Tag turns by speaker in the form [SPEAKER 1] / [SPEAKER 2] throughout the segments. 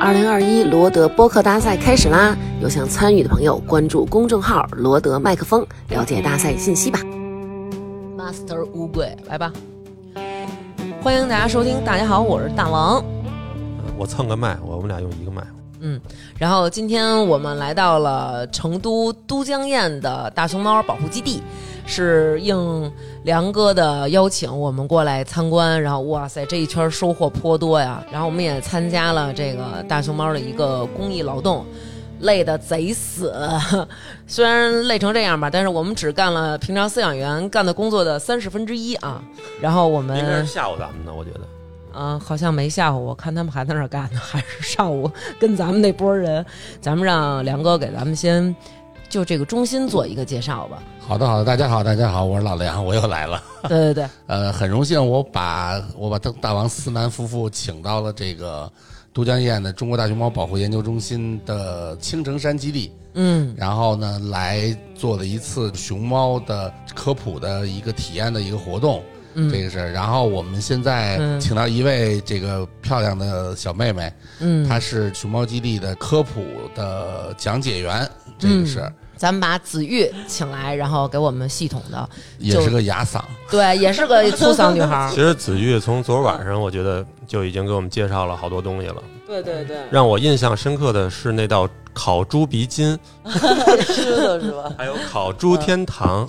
[SPEAKER 1] 二零二一罗德播客大赛开始啦！有想参与的朋友，关注公众号“罗德麦克风”，了解大赛信息吧。
[SPEAKER 2] Master 乌龟，来吧！欢迎大家收听，大家好，我是大王。
[SPEAKER 3] 我蹭个麦，我们俩用一个麦。
[SPEAKER 2] 嗯，然后今天我们来到了成都都江堰的大熊猫保护基地，是应梁哥的邀请，我们过来参观。然后哇塞，这一圈收获颇多呀！然后我们也参加了这个大熊猫的一个公益劳动。累得贼死， 虽然累成这样吧，但是我们只干了平常饲养员干的工作的三十分之一啊。然后我们
[SPEAKER 3] 应该是吓唬咱们的，我觉得。
[SPEAKER 2] 嗯，好像没吓唬我，看他们还在那儿干呢，还是上午跟咱们那波人，咱们让梁哥给咱们先就这个中心做一个介绍 吧。
[SPEAKER 4] 好的，好的，大家好，大家好，我是老梁，我又来了。
[SPEAKER 2] 对对对，
[SPEAKER 4] 呃，很荣幸我把我把大大王思南夫妇请到了这个都江堰的中国大熊猫保护研究中心的青城山基地，
[SPEAKER 2] 嗯
[SPEAKER 4] 然后呢来做了一次熊猫的科普的一个体验的一个活动，这
[SPEAKER 2] 嗯
[SPEAKER 4] 个是。然后我们现在
[SPEAKER 2] 嗯
[SPEAKER 4] 请到一位这个漂亮的小妹妹，
[SPEAKER 2] 嗯，
[SPEAKER 4] 她是熊猫基地的科普的讲解员，这个是、
[SPEAKER 2] 咱们把子玉请来，然后给我们系统的，
[SPEAKER 4] 也
[SPEAKER 2] 就是
[SPEAKER 4] 个哑嗓。
[SPEAKER 2] 对，也是个粗嗓女孩儿
[SPEAKER 3] 其。实子玉从昨晚上，我觉得就已经给我们介绍了好多东西了。
[SPEAKER 2] 对对对，
[SPEAKER 3] 让我印象深刻的是那道烤猪鼻筋，
[SPEAKER 5] 吃的是吧？
[SPEAKER 3] 还有烤猪天堂。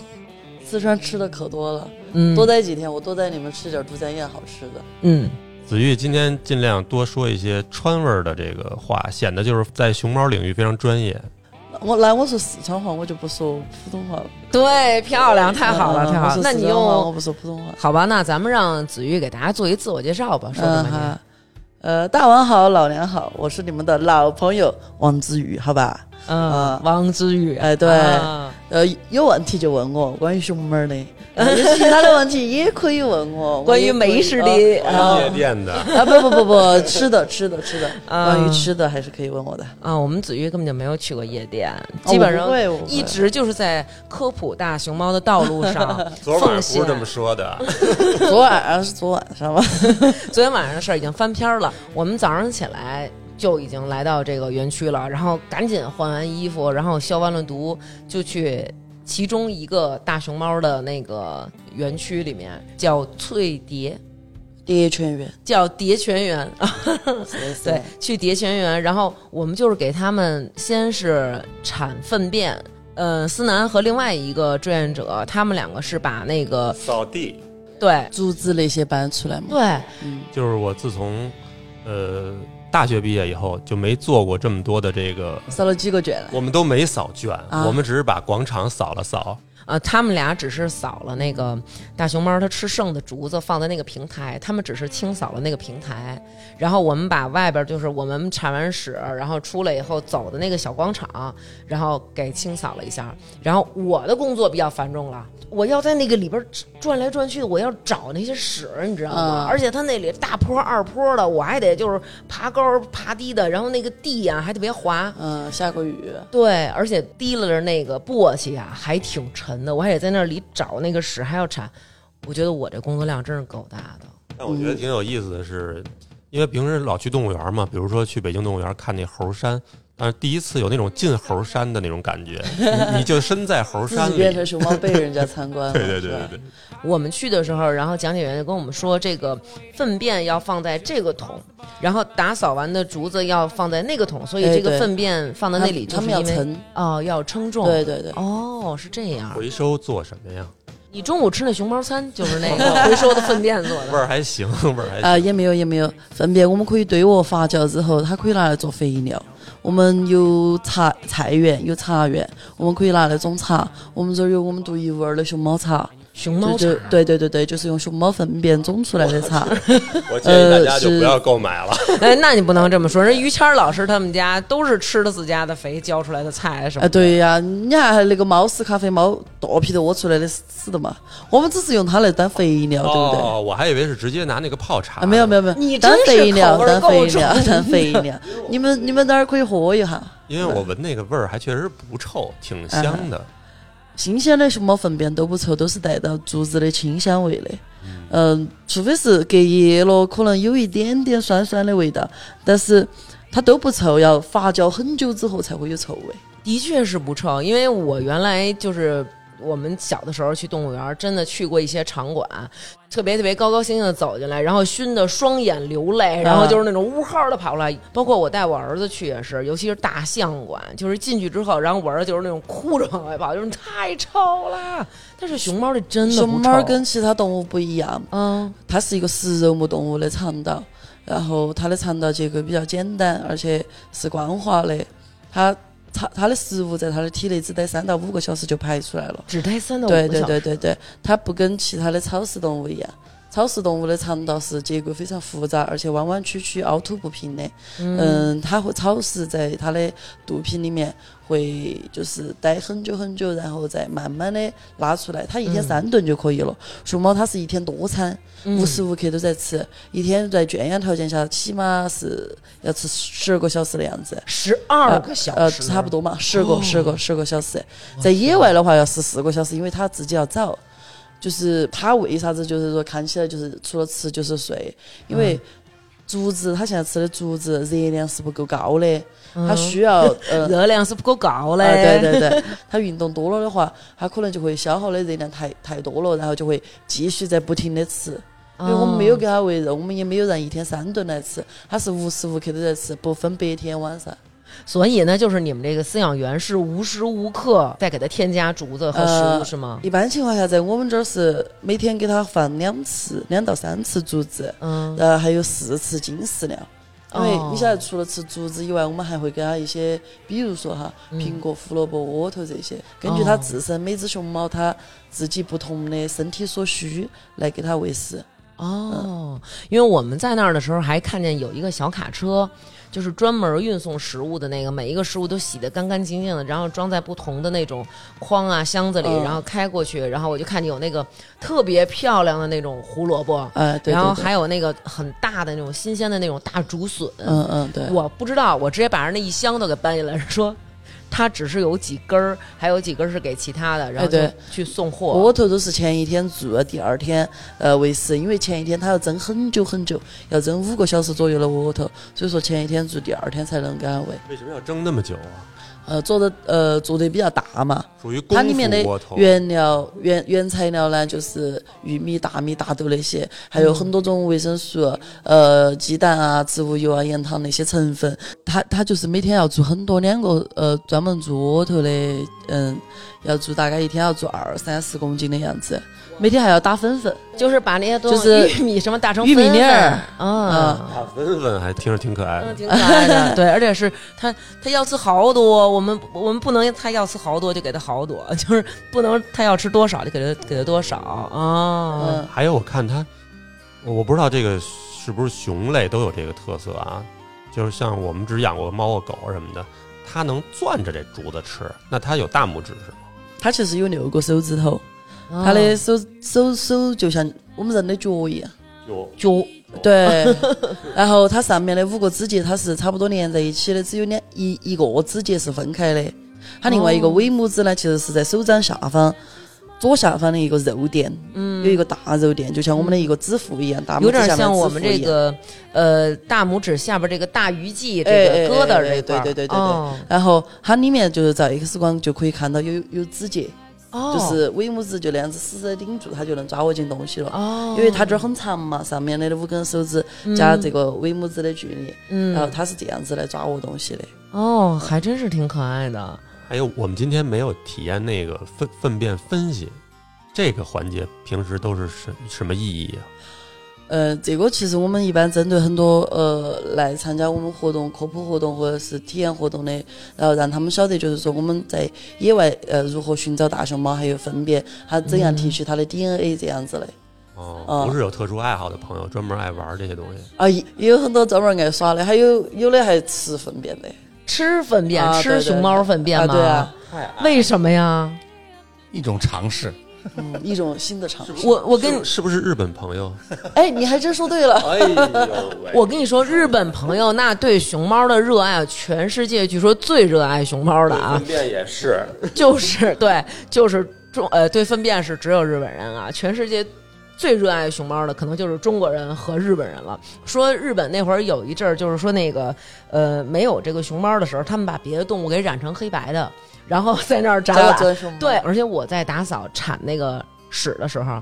[SPEAKER 5] 四川吃的可多了，
[SPEAKER 2] 嗯
[SPEAKER 5] 多待几天，我多带你们吃点都江堰好吃的。
[SPEAKER 2] 嗯
[SPEAKER 3] 子玉今天尽量多说一些川味儿的这个话，显得就是在熊猫领域非常专业。
[SPEAKER 5] 我来，我说四川话，我就不说普通话了。
[SPEAKER 2] 对，漂亮，太好了，
[SPEAKER 5] 嗯
[SPEAKER 2] 太好
[SPEAKER 5] 我
[SPEAKER 2] 了。
[SPEAKER 5] 说
[SPEAKER 2] 那
[SPEAKER 5] 四
[SPEAKER 2] 你
[SPEAKER 5] 川话
[SPEAKER 2] 用
[SPEAKER 5] 我不说普通话。
[SPEAKER 2] 好吧？那咱们让子玉给大家做一自我介绍吧，说这
[SPEAKER 5] 嗯
[SPEAKER 2] 么半
[SPEAKER 5] 哈，呃，大王好，老娘好，我是你们的老朋友王之宇，好吧？
[SPEAKER 2] 天，嗯
[SPEAKER 5] 啊，
[SPEAKER 2] 王之玉，
[SPEAKER 5] 哎对
[SPEAKER 2] 啊
[SPEAKER 5] 呃，有问题就问我，关于熊猫的，呃有其他的问题也可以问我。
[SPEAKER 2] 关于
[SPEAKER 5] 我也可以
[SPEAKER 2] 美食的
[SPEAKER 5] 啊
[SPEAKER 3] 哦夜店的，
[SPEAKER 5] 啊不不不不，吃的吃的吃的，
[SPEAKER 2] 啊
[SPEAKER 5] 关于吃的还是可以问我的。
[SPEAKER 2] 啊，我们子玉根本就没有去过夜店，
[SPEAKER 5] 哦
[SPEAKER 2] 基本
[SPEAKER 5] 我不会
[SPEAKER 2] 上
[SPEAKER 5] 我不会
[SPEAKER 2] 一直就是在科普大熊猫的道路 上
[SPEAKER 3] 昨晚
[SPEAKER 2] 奉
[SPEAKER 3] 不
[SPEAKER 2] 献
[SPEAKER 3] 是。这么说的。
[SPEAKER 5] 昨晚上是昨晚上吧？
[SPEAKER 2] 昨天晚上的事儿已经翻篇儿了，我们早上起来。就已经来到这个园区了，然后赶紧换完衣服，然后消完了毒，就去其中一个大熊猫的那个园区里面，叫翠蝶，
[SPEAKER 5] 第一圈远，
[SPEAKER 2] 叫蝶泉园啊，
[SPEAKER 5] 谢谢
[SPEAKER 2] 对，去蝶泉园，然后我们就是给他们先是产粪便，呃，思南和另外一个志愿者，他们两个是把那个
[SPEAKER 3] 扫地，
[SPEAKER 2] 对
[SPEAKER 5] 竹子那些搬出来嘛。
[SPEAKER 2] 对，
[SPEAKER 5] 嗯，
[SPEAKER 3] 就是我自从呃大学毕业以后就没做过这么多的这个，
[SPEAKER 5] 扫了几个卷了。
[SPEAKER 3] 我们都没扫卷，
[SPEAKER 5] 啊
[SPEAKER 3] 我们只是把广场扫了扫。
[SPEAKER 2] 呃，他们俩只是扫了那个大熊猫它吃剩的竹子放在那个平台，他们只是清扫了那个平台，然后我们把外边就是我们铲完屎，然后出来以后走的那个小广场，然后给清扫了一下。然后我的工作比较繁重了，我要在那个里边转来转去，我要找那些屎，你知道吗？
[SPEAKER 5] 嗯
[SPEAKER 2] 而且它那里大坡二坡的，我还得就是爬高爬低的，然后那个地啊还特别滑，
[SPEAKER 5] 嗯，下过雨，
[SPEAKER 2] 对，而且提了着那个簸箕啊，还挺沉的，我还得在那里找那个屎，还要铲。我觉得我这工作量真是够大的。
[SPEAKER 3] 但我觉得挺有意思的是，因为平时老去动物园嘛，比如说去北京动物园看那猴山，但是第一次有那种进猴山的那种感 觉，你你就身在猴
[SPEAKER 5] 自
[SPEAKER 3] 山
[SPEAKER 5] 己
[SPEAKER 3] 里。
[SPEAKER 5] 变成熊猫被人家参 观了。
[SPEAKER 3] 对对对
[SPEAKER 5] 是吧
[SPEAKER 3] 对对，
[SPEAKER 2] 我们去的时候，然后讲解员就跟我们说，这个粪便要放在这个桶，然后打扫完的竹子要放在那个桶，所以
[SPEAKER 5] 哎
[SPEAKER 2] 这个
[SPEAKER 5] 对
[SPEAKER 2] 粪便放到那里就
[SPEAKER 5] 他
[SPEAKER 2] 是
[SPEAKER 5] 们要
[SPEAKER 2] 因为
[SPEAKER 5] 沉。
[SPEAKER 2] 哦要称重。
[SPEAKER 5] 对对对，
[SPEAKER 2] 哦，是这样。
[SPEAKER 3] 回收做什么呀？
[SPEAKER 2] 你中午吃那熊猫餐就是那 个回收的粪便做
[SPEAKER 3] 味
[SPEAKER 2] 的。
[SPEAKER 3] 儿还行，味儿 还行。
[SPEAKER 5] 啊，也没有也没有，粪便我们可以对我发酵之后，它可以拿来做肥料。我们有茶菜园，有茶园，我们可以拿来种茶。我们这儿有我们独一无二的熊猫茶，
[SPEAKER 2] 熊猫
[SPEAKER 5] 就
[SPEAKER 2] 茶
[SPEAKER 5] 就。对对对对，就是用熊猫粪便种出来的茶。
[SPEAKER 3] 我
[SPEAKER 5] 建议大家就不要
[SPEAKER 3] 购买了。
[SPEAKER 2] 哎， 那你不能这么说，人于谦儿老师他们家都是吃他自家的肥浇出来的菜什么
[SPEAKER 5] 啊，
[SPEAKER 2] 的。
[SPEAKER 5] 对呀、你看那个猫屎咖啡猫肚皮头窝出来的屎的嘛，我们只是用它来当肥料，对不对？
[SPEAKER 3] 哦， 我还以为是直接拿那个泡茶。
[SPEAKER 5] 啊，没有没
[SPEAKER 3] 有，
[SPEAKER 5] 有没有，
[SPEAKER 2] 你
[SPEAKER 5] 当
[SPEAKER 2] 真是
[SPEAKER 5] 肥料
[SPEAKER 2] 口味儿
[SPEAKER 5] 当
[SPEAKER 2] 够
[SPEAKER 5] 肥
[SPEAKER 2] 重
[SPEAKER 5] 料 当肥料，你们你们哪儿可以喝一下？
[SPEAKER 3] 因为我闻那个味儿还确实不臭，挺香
[SPEAKER 5] 啊
[SPEAKER 3] 的。
[SPEAKER 5] 新鲜的熊猫粪便都不臭，都是带到竹子的清香味的。呃嗯，除非是隔夜了，可能有一点点酸酸的味道，但是它都不臭，要发酵很久之后才会有臭味。
[SPEAKER 2] 的确是不臭，因为我原来就是我们小的时候去动物园，真的去过一些场馆，特别特别高高兴兴的走进来，然后熏得双眼流泪，
[SPEAKER 5] 嗯
[SPEAKER 2] 然后就是那种呜号的跑过来。包括我带我儿子去也是，尤其是大象馆，就是进去之后，然后我儿子就是那种哭着往外跑，就是太臭了。但是熊猫这真的
[SPEAKER 5] 熊
[SPEAKER 2] 不臭
[SPEAKER 5] 猫跟其他动物不一样，
[SPEAKER 2] 嗯
[SPEAKER 5] 它是一个食肉目动物的肠道，然后它的肠道结构比较简单，而且是光滑的，它它它的食物在它的体内只待三到五个小时就排出来了。
[SPEAKER 2] 只待三到五个
[SPEAKER 5] 对
[SPEAKER 2] 小
[SPEAKER 5] 对
[SPEAKER 2] 时，
[SPEAKER 5] 对对对，它不跟其他的草食动物一样。草食动物的肠道是结构非常复杂，而且弯弯曲曲、凹凸不平的。嗯，它会草食在它的肚皮里面会就是待很久很久，然后再慢慢的拉出来。它一天三顿就可以了。熊猫它是一天多餐，
[SPEAKER 2] 嗯
[SPEAKER 5] 无时无刻都在吃，一天在圈养条件下起码是要吃十二个小时的样子。
[SPEAKER 2] 十二个小时、啊哦
[SPEAKER 5] 呃，差不多嘛，十个、十个、十个小时。在野外的话要十四个小时，因为它自己要找。就是它为啥子就是说看起来就是除了吃就是睡，因为
[SPEAKER 2] 嗯
[SPEAKER 5] 竹子它现在吃的竹子热量是不够高的，它需要呃。
[SPEAKER 2] 嗯 热量是不够高嘞、
[SPEAKER 5] 嗯 啊，对对对，它运动多了的话，它可能就会消耗的热量太太多了，然后就会继续在不停的吃。因为我们没
[SPEAKER 2] 哦
[SPEAKER 5] 有给它喂肉，我们也没有让一天三顿来吃，它是无时无刻都在吃，不分白天晚上。
[SPEAKER 2] 所以呢，就是你们这个饲养员是无时无刻在给它添加竹子和食物，
[SPEAKER 5] 呃
[SPEAKER 2] 是吗？
[SPEAKER 5] 一般情况下，在我们这儿是每天给它放两次，两到三次竹子，
[SPEAKER 2] 嗯，
[SPEAKER 5] 然后还有四次精饲料。因为
[SPEAKER 2] 哦
[SPEAKER 5] 你晓得，除了吃竹子以外，我们还会给它一些，比如说哈，
[SPEAKER 2] 嗯
[SPEAKER 5] 苹果、胡萝卜、窝头这些，根据它
[SPEAKER 2] 哦
[SPEAKER 5] 自身每只熊猫它自己不同的身体所需来给它喂食。
[SPEAKER 2] 哦，因为我们在那儿的时候还看见有一个小卡车，就是专门运送食物的那个，每一个食物都洗得干干净净的，然后装在不同的那种筐啊箱子里，
[SPEAKER 5] 嗯
[SPEAKER 2] 然后开过去，然后我就看见有那个特别漂亮的那种胡萝卜，
[SPEAKER 5] 哎，对对对。
[SPEAKER 2] 然后还有那个很大的那种新鲜的那种大竹笋，
[SPEAKER 5] 嗯嗯，对。
[SPEAKER 2] 我不知道，我直接把人那一箱都给搬进来，说他只是有几根儿，还有几根儿是给其他的，然后就
[SPEAKER 5] 哎对
[SPEAKER 2] 去送
[SPEAKER 5] 窝
[SPEAKER 2] 货。
[SPEAKER 5] 头都是前一天做，第二天呃喂食，因为前一天它要蒸很久很久，要蒸五个小时左右的窝头，所以说前一天做，第二天才能给它喂。
[SPEAKER 3] 为什么要蒸那么久啊？
[SPEAKER 5] 呃，做的呃做的比较大嘛，
[SPEAKER 3] 属于功
[SPEAKER 5] 它里面的
[SPEAKER 3] 夫窝头，
[SPEAKER 5] 原料原原材料呢，就是玉米、大米、大豆那些，还有很多种维生素，呃，鸡蛋啊、植物油啊、盐糖那些成分。它它就是每天要做很多两个呃专门做窝头的，嗯，要做大概一天要做二三十公斤的样子，每天还要打粉粉。
[SPEAKER 2] 就是把那些东西，
[SPEAKER 5] 就是
[SPEAKER 2] 玉米什么打成
[SPEAKER 5] 玉米
[SPEAKER 2] 粉
[SPEAKER 5] 粒儿
[SPEAKER 2] 粉啊，
[SPEAKER 3] 大芬芬还听着挺可爱
[SPEAKER 2] 嗯，
[SPEAKER 3] 的。
[SPEAKER 2] 挺可爱的。 对，而且是他他要吃好多，我们我们不能他要吃好多就给他好多， 就是不能他要吃多少就给他给他多少啊。
[SPEAKER 5] 嗯，
[SPEAKER 3] 还有我看它，我不知道这个是不是熊类都有这个特色啊，就是像我们只养过猫啊狗啊什么的，它能攥着这竹子吃，那它有大拇指是吗？
[SPEAKER 5] 它其实有六个手指头，
[SPEAKER 2] 嗯
[SPEAKER 5] 它的手手手就像我们人的脚一样。
[SPEAKER 3] 有
[SPEAKER 2] 就
[SPEAKER 5] 对， 然后它上面的五个指节它是差不多连在一起的，只有两一一个指节是分开的。它另外一个
[SPEAKER 2] 哦
[SPEAKER 5] 尾拇指呢，其实是在手掌下方左下方的一个肉垫，有一个大肉垫，就像我们的一个指腹一样，大拇
[SPEAKER 2] 嗯有
[SPEAKER 5] 指
[SPEAKER 2] 点
[SPEAKER 5] 下面
[SPEAKER 2] 像
[SPEAKER 5] 的
[SPEAKER 2] 我
[SPEAKER 5] 指
[SPEAKER 2] 们
[SPEAKER 5] 腹
[SPEAKER 2] 这
[SPEAKER 5] 一样。
[SPEAKER 2] 个呃大拇指下边这个大鱼际这
[SPEAKER 5] 哎哎
[SPEAKER 2] 个疙瘩
[SPEAKER 5] 哎
[SPEAKER 2] 这
[SPEAKER 5] 哎
[SPEAKER 2] 一块儿，
[SPEAKER 5] 对对对对对
[SPEAKER 2] 哦
[SPEAKER 5] 然后它里面就是照 X 光就可以看到有有指节，
[SPEAKER 2] 哦，
[SPEAKER 5] 就是尾拇指就那样子死死顶住，它就能抓握进东西了。
[SPEAKER 2] 哦，
[SPEAKER 5] 因为它这儿很长嘛，上面的五根手指加这个尾拇指的距离，
[SPEAKER 2] 嗯
[SPEAKER 5] 然后它是这样子来抓握东西的。
[SPEAKER 2] 哦，还真是挺可爱的。
[SPEAKER 3] 还有，我们今天没有体验那个粪粪便分析这个环节，平时都是什什么意义啊？
[SPEAKER 5] 呃，这个其实我们一般针对很多呃来参加我们活动、科普活动或者是体验活动的，然后让他们晓得，就是说我们在野外呃如何寻找大熊猫，还有分辨它怎样提取它的 DNA 这样子的。
[SPEAKER 3] 哦
[SPEAKER 5] 哦，
[SPEAKER 3] 不是有特殊爱好的朋友专门爱玩这些东西，
[SPEAKER 5] 啊，也也有很多专门爱耍的，还有有的还吃粪便的。
[SPEAKER 2] 吃粪便，
[SPEAKER 5] 啊对
[SPEAKER 2] 吃
[SPEAKER 5] 对
[SPEAKER 2] 熊猫粪便
[SPEAKER 5] 啊
[SPEAKER 2] 吗？
[SPEAKER 5] 对啊，
[SPEAKER 2] 为什么呀？
[SPEAKER 4] 一种尝试。
[SPEAKER 5] 嗯，一种新的尝试。
[SPEAKER 2] 我我跟你
[SPEAKER 3] 是是不是日本朋友？
[SPEAKER 5] 哎，你还真说对了。
[SPEAKER 3] 哎呦喂！
[SPEAKER 2] 我跟你说，日本朋友那对熊猫的热爱，全世界据说最热爱熊猫的 啊，
[SPEAKER 3] 便也是，
[SPEAKER 2] 就是对，就是中呃对粪便是只有日本人啊，全世界最热爱熊猫的可能就是中国人和日本人了。说日本那会儿有一阵儿，就是说那个呃没有这个熊猫的时候，他们把别的动物给染成黑白的，然后在那儿展览。
[SPEAKER 5] 尊熊猫
[SPEAKER 2] 对，，而且我在打扫铲那个屎的时候，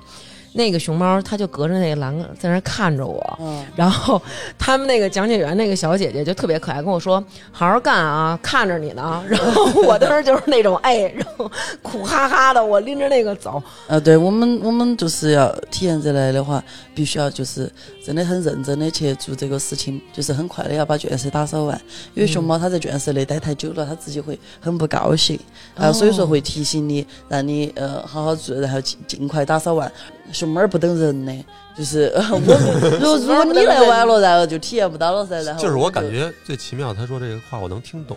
[SPEAKER 2] 那个熊猫它就隔着那栏杆在那儿看着我，
[SPEAKER 5] 嗯，
[SPEAKER 2] 然后他们那个讲解员那个小姐姐就特别可爱，跟我说：“好好干啊，看着你呢。” 然后我当时就是那种哎，然后苦哈哈的，我拎着那个走。
[SPEAKER 5] 啊，对我们，我们就是要体验这类的话，必须要就是真的很认真的去做这个事情，就是很快的要把圈舍打扫完。因
[SPEAKER 3] 嗯
[SPEAKER 5] 为熊猫它在圈舍内待太久了，它自己会很不高兴
[SPEAKER 3] 哦
[SPEAKER 5] 啊，所以说会提醒你，让你呃好好做，然后尽尽快打扫完。熊猫儿不等人的，就是 呃我 如果如果你来晚了，然后就体验不到了噻，然后
[SPEAKER 3] 就是我
[SPEAKER 5] 哦我
[SPEAKER 3] 感觉最奇妙，他说这个话我能听懂，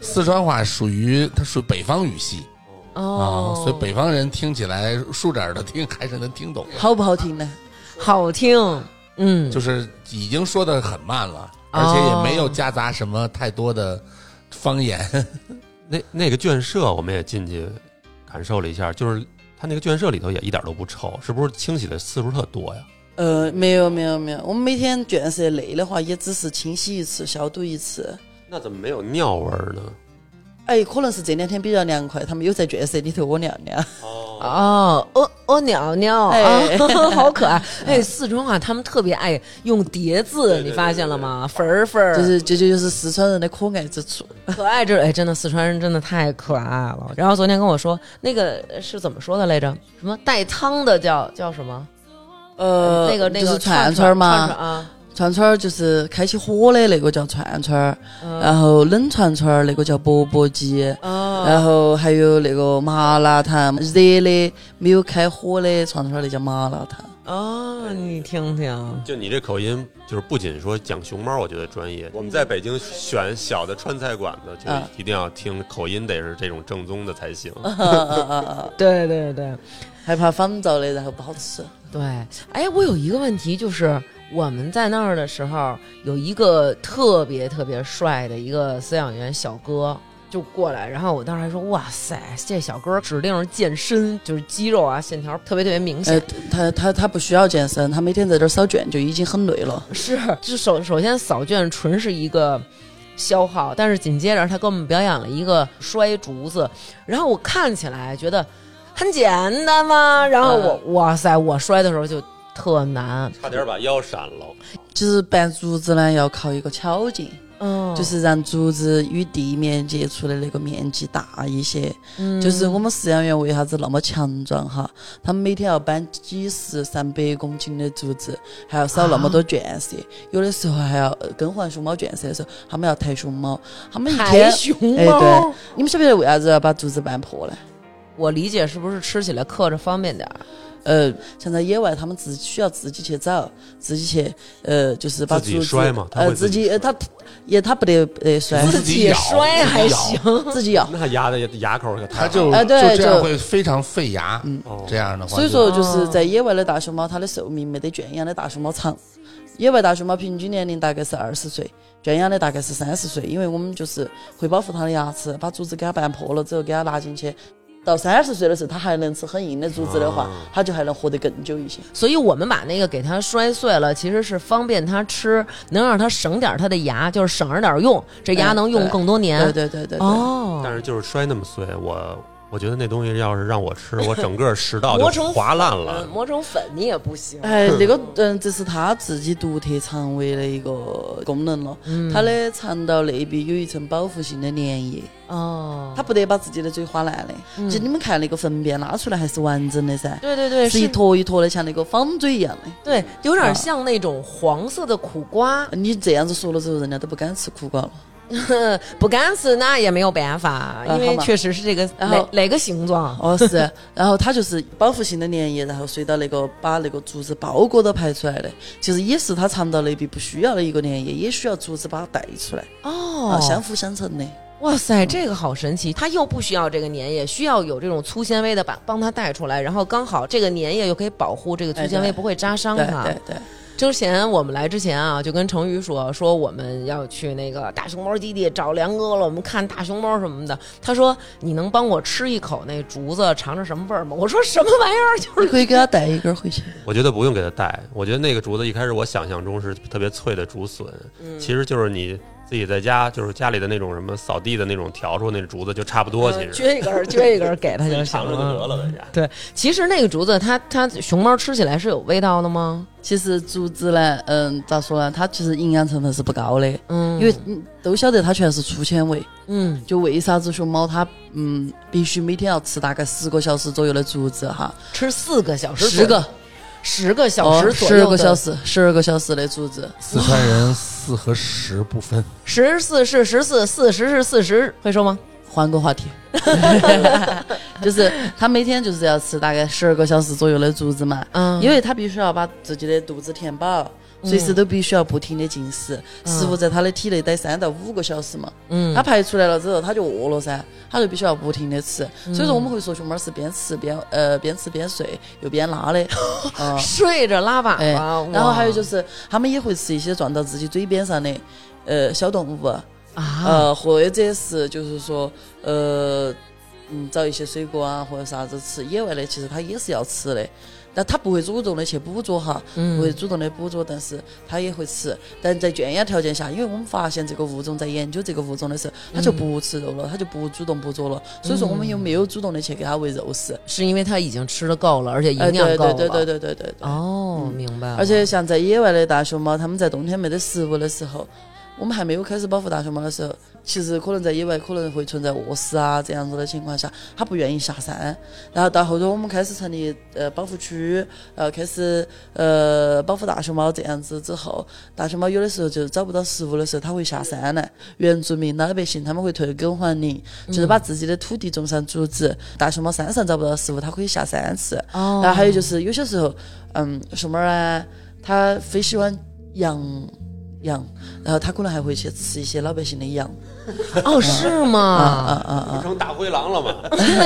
[SPEAKER 4] 四川话属于它属于北方语系
[SPEAKER 2] 哦
[SPEAKER 4] 啊，所以北方人听起来竖着耳朵听还是能听懂
[SPEAKER 5] 就
[SPEAKER 4] 的，
[SPEAKER 5] 好不好听呢？
[SPEAKER 2] 好听，嗯，
[SPEAKER 4] 就是已经说的很慢了，
[SPEAKER 2] 哦
[SPEAKER 4] 而且也没有夹杂什么太多的方言。
[SPEAKER 3] 那那个圈舍我们也进去感受了一下，就是他那个圈舍里头也一点都不臭，是不是清洗的次数特多呀？
[SPEAKER 5] 呃，没有没有没有，我们每天卷舍内的话，也只是清洗一次，消毒一次。
[SPEAKER 3] 那怎么没有尿味儿呢？
[SPEAKER 5] 哎，可能是这两天比较凉快，他们有在圈舍里头窝尿尿。
[SPEAKER 3] 哦，
[SPEAKER 2] 哦，哦哦，鸟鸟，
[SPEAKER 5] 哎
[SPEAKER 2] 啊、 好可爱！哎，四川话他们特别爱用叠字，
[SPEAKER 3] 对
[SPEAKER 2] 你
[SPEAKER 3] 对
[SPEAKER 2] 发现了吗？粉儿粉儿，
[SPEAKER 5] 就是这就就是四川人的可爱之处。
[SPEAKER 2] 可爱之哎，真的四川人真的太可爱了。然后昨天跟我说那个是怎么说的来着？什么带汤的叫叫什么？
[SPEAKER 5] 呃，
[SPEAKER 2] 嗯那个那
[SPEAKER 5] 就
[SPEAKER 2] 个
[SPEAKER 5] 是串
[SPEAKER 2] 串
[SPEAKER 5] 串嘛，
[SPEAKER 2] 串啊，
[SPEAKER 5] 串串儿就是开起火的那个叫串串儿，
[SPEAKER 2] 嗯
[SPEAKER 5] 然后冷串串儿那个叫钵钵鸡，
[SPEAKER 2] 哦，
[SPEAKER 5] 然后还有那个麻辣烫，热的没有开火的串串儿那叫麻辣 烫。
[SPEAKER 2] 哦，你听听，
[SPEAKER 3] 就你这口音，就是不仅说讲熊猫，我觉得专业。我们在北京选小的川菜馆子，
[SPEAKER 2] 嗯
[SPEAKER 5] 啊
[SPEAKER 3] 就一定要听口音，得是这种正宗的才行。
[SPEAKER 2] 嗯
[SPEAKER 5] 啊啊啊啊！
[SPEAKER 2] 对对对
[SPEAKER 5] 害怕仿造的，然后不好吃。
[SPEAKER 2] 对。哎，我有一个问题，就是我们在那儿的时候，有一个特别特别帅的一个饲养员小哥。就过来，然后我当时还说：“哇塞，这小哥指定是健身，就是肌肉啊线条特别特别明显。
[SPEAKER 5] 哎，他他他不需要健身，他每天在这儿扫卷就已经很累了。
[SPEAKER 2] 是，就首首先扫卷纯是一个消耗，但是紧接着他给我们表演了一个摔竹子，然后我看起来觉得很简单嘛，然后我、
[SPEAKER 5] 嗯
[SPEAKER 2] 哇塞，我摔的时候就特难，
[SPEAKER 3] 差点把腰闪了，
[SPEAKER 5] 其实拌竹子呢，要靠一个巧劲，
[SPEAKER 2] 嗯，
[SPEAKER 5] 就是让竹子与地面接触的那个面积大一些。
[SPEAKER 2] 嗯
[SPEAKER 5] 就是我们饲养员为啥子那么强壮哈？他们每天要搬几十、上百公斤的竹子，还要扫那么多圈舍，有的时候还要呃更换熊猫圈舍的时候，他们要抬熊猫，他们一
[SPEAKER 2] 抬
[SPEAKER 5] 天。
[SPEAKER 2] 熊
[SPEAKER 5] 哎，
[SPEAKER 2] 猫。
[SPEAKER 5] 对，你们晓不晓得为啥子要把竹子搬破呢？
[SPEAKER 2] 我理解是不是吃起来刻着方便点儿？
[SPEAKER 5] 呃，像在野外，他们自己需要自己去找，自己去，呃，就是把
[SPEAKER 3] 自己
[SPEAKER 5] 竹子
[SPEAKER 3] 摔嘛他会
[SPEAKER 5] 呃，
[SPEAKER 3] 自
[SPEAKER 5] 自
[SPEAKER 3] 己
[SPEAKER 5] 己，呃，他也他不得不 得摔，
[SPEAKER 4] 自己咬
[SPEAKER 2] 摔还行，
[SPEAKER 5] 自己咬。
[SPEAKER 3] 那牙的牙口可太
[SPEAKER 4] 它就
[SPEAKER 5] 哎
[SPEAKER 4] 就
[SPEAKER 5] 对
[SPEAKER 4] 这样
[SPEAKER 5] 就
[SPEAKER 4] 会非常费牙。
[SPEAKER 3] 哦
[SPEAKER 4] 这样的话，
[SPEAKER 5] 所以说，就是在野外的大熊猫，它的寿命没得圈养的大熊猫长。野外大熊猫平均年龄大概是二十岁，圈养的大概是三十岁，因为我们就是会保护它的牙齿，把竹子给它掰破了之后，给它拿进去。到三十岁的时候，它还能吃很硬的竹子的话，它就还能活得更久一些。
[SPEAKER 2] 所以我们把那个给它摔碎了，其实是方便它吃，能让它省点儿它的牙，就是省着点儿用，这牙
[SPEAKER 5] 哎
[SPEAKER 2] 能用
[SPEAKER 5] 对
[SPEAKER 2] 更多年。
[SPEAKER 5] 对对对对对。
[SPEAKER 2] 哦，
[SPEAKER 3] 但是就是摔那么碎，我我觉得那东西要是让我吃，我整个食道
[SPEAKER 2] 磨
[SPEAKER 3] 就
[SPEAKER 2] 成
[SPEAKER 3] 划烂
[SPEAKER 2] 嗯，
[SPEAKER 5] 呃
[SPEAKER 3] 了。
[SPEAKER 2] 磨成粉你也不行。
[SPEAKER 5] 哎，这个嗯，这是它自己独特肠胃的一个功能了。它的肠道内壁有一层保护性的粘液，
[SPEAKER 2] 哦，
[SPEAKER 5] 它不得把自己的嘴划烂的。就你们看那个粪便拉出来还是完整的噻，
[SPEAKER 2] 对对对，
[SPEAKER 5] 是一坨一坨的，像那个方嘴一样的。
[SPEAKER 2] 对，有点像那种黄色的苦瓜，
[SPEAKER 5] 你这样子说了之后，人家都不敢吃苦瓜了。
[SPEAKER 2] 不敢吃那也没有办法，因为
[SPEAKER 5] 呃好吧
[SPEAKER 2] 确实是这个
[SPEAKER 5] 然
[SPEAKER 2] 哪
[SPEAKER 5] 后
[SPEAKER 2] 哪个形状。
[SPEAKER 5] 哦，是， 然后它就是保护性的粘液，然后随到那个把那个竹子包裹到排出来的，其实也是它肠道内壁不需要的一个粘液，也需要竹子把它带出来，啊，相
[SPEAKER 2] 哦，
[SPEAKER 5] 辅相成的。
[SPEAKER 2] 哇塞，这个好神奇！它又不需要这个粘液，需要有这种粗纤维的把帮它带出来，然后刚好这个粘液又可以保护这个粗纤维
[SPEAKER 5] 哎对
[SPEAKER 2] 不会扎伤
[SPEAKER 5] 对
[SPEAKER 2] 它。
[SPEAKER 5] 对对。
[SPEAKER 2] 之前我们来之前啊，就跟成宇说说我们要去那个大熊猫基地找梁哥了，我们看大熊猫什么的。他说你能帮我吃一口那竹子，尝尝什么味儿吗？我说什么玩意儿？就
[SPEAKER 5] 你
[SPEAKER 2] 是
[SPEAKER 5] 可以给他带一根回去。
[SPEAKER 3] 我觉得不用给它带，我觉得那个竹子一开始我想象中是特别脆的竹笋，其实就是你自己在家就是家里的那种什么扫地的那种笤帚那竹子就 差不多，其实
[SPEAKER 2] 撅一根儿撅一根儿给他 就行
[SPEAKER 3] 呃尝尝就得了呗。
[SPEAKER 2] 对，其实那个竹子它它熊猫吃起来是有味道的吗？
[SPEAKER 5] 其实竹子呢，嗯，咋说呢？它其实营养成分是不高的，
[SPEAKER 2] 嗯，
[SPEAKER 5] 因为嗯都晓得它全是粗纤维。
[SPEAKER 2] 嗯
[SPEAKER 5] 就为啥子熊猫它嗯必须每天要吃大概十个小时左右的竹子哈？
[SPEAKER 2] 吃四个小时左
[SPEAKER 5] 十
[SPEAKER 2] 右，
[SPEAKER 5] 个
[SPEAKER 2] 十个小时左
[SPEAKER 5] 哦十
[SPEAKER 2] 右
[SPEAKER 5] 二
[SPEAKER 2] 的
[SPEAKER 5] 个小时，十二个小时的竹子。
[SPEAKER 4] 四川人四和十不分，
[SPEAKER 2] 十四是十四，四十是四十，会说吗？
[SPEAKER 5] 换 个话题，就是他每天就是要吃大概十二个小时左右的竹子嘛，
[SPEAKER 2] 嗯
[SPEAKER 5] 因为他必须要把自己的肚子填饱，随时都必须要不停的进食，食物在他的体内待三到五个小时嘛，
[SPEAKER 2] 嗯
[SPEAKER 5] 他排出来了之后他就饿了噻，他就必须要不停的吃，
[SPEAKER 2] 嗯
[SPEAKER 5] 所以说我们会说熊猫是边吃边呃边吃边睡又边拉的，嗯
[SPEAKER 2] 睡着拉粑
[SPEAKER 5] 哎
[SPEAKER 2] 粑，
[SPEAKER 5] 然后还有就是是他们也会吃一些撞到自己嘴边上的呃小动物。
[SPEAKER 2] 啊，
[SPEAKER 5] 呃，或者是就是说，呃，嗯，找一些水果啊或者啥子吃，野外的其实它也是要吃的，但它不会主动的去捕捉哈，
[SPEAKER 2] 嗯
[SPEAKER 5] 不会主动的捕捉，但是它也会吃。但在圈养条件下，因为我们发现这个物种在研究这个物种的时候，它就不吃肉
[SPEAKER 2] 嗯
[SPEAKER 5] 了，它就不主动捕捉了，所以说我们又没有主动的去给它喂肉食，
[SPEAKER 2] 是因为它已经吃的够了，而且
[SPEAKER 5] 哎，
[SPEAKER 2] 营养
[SPEAKER 5] 对
[SPEAKER 2] 够了。
[SPEAKER 5] 对对对对对对对。
[SPEAKER 2] 哦，明白了。
[SPEAKER 5] 而且像在野外的大熊猫，它们在冬天没得食物的时候，我们还没有开始保护大熊猫的时候，其实可能在野外可能会存在饿死啊这样子的情况下，它不愿意下山。然后到后头我们开始成立呃保护区，呃开始呃保护大熊猫这样子之后，大熊猫有的时候就找不到食物的时候，它会下山来。原住民老百姓他们会退耕还林，就是把自己的土地种上竹子。大熊猫山上找不到食物，它可以下山吃。
[SPEAKER 2] 哦
[SPEAKER 5] 然后啊还有就是有些时候，嗯，熊猫呢，它非喜欢羊羊，然后它可能还会去吃一些老百姓的羊。
[SPEAKER 2] 哦，
[SPEAKER 5] 嗯
[SPEAKER 2] 是
[SPEAKER 5] 啊
[SPEAKER 2] 吗？
[SPEAKER 3] 成大灰狼了 嘛？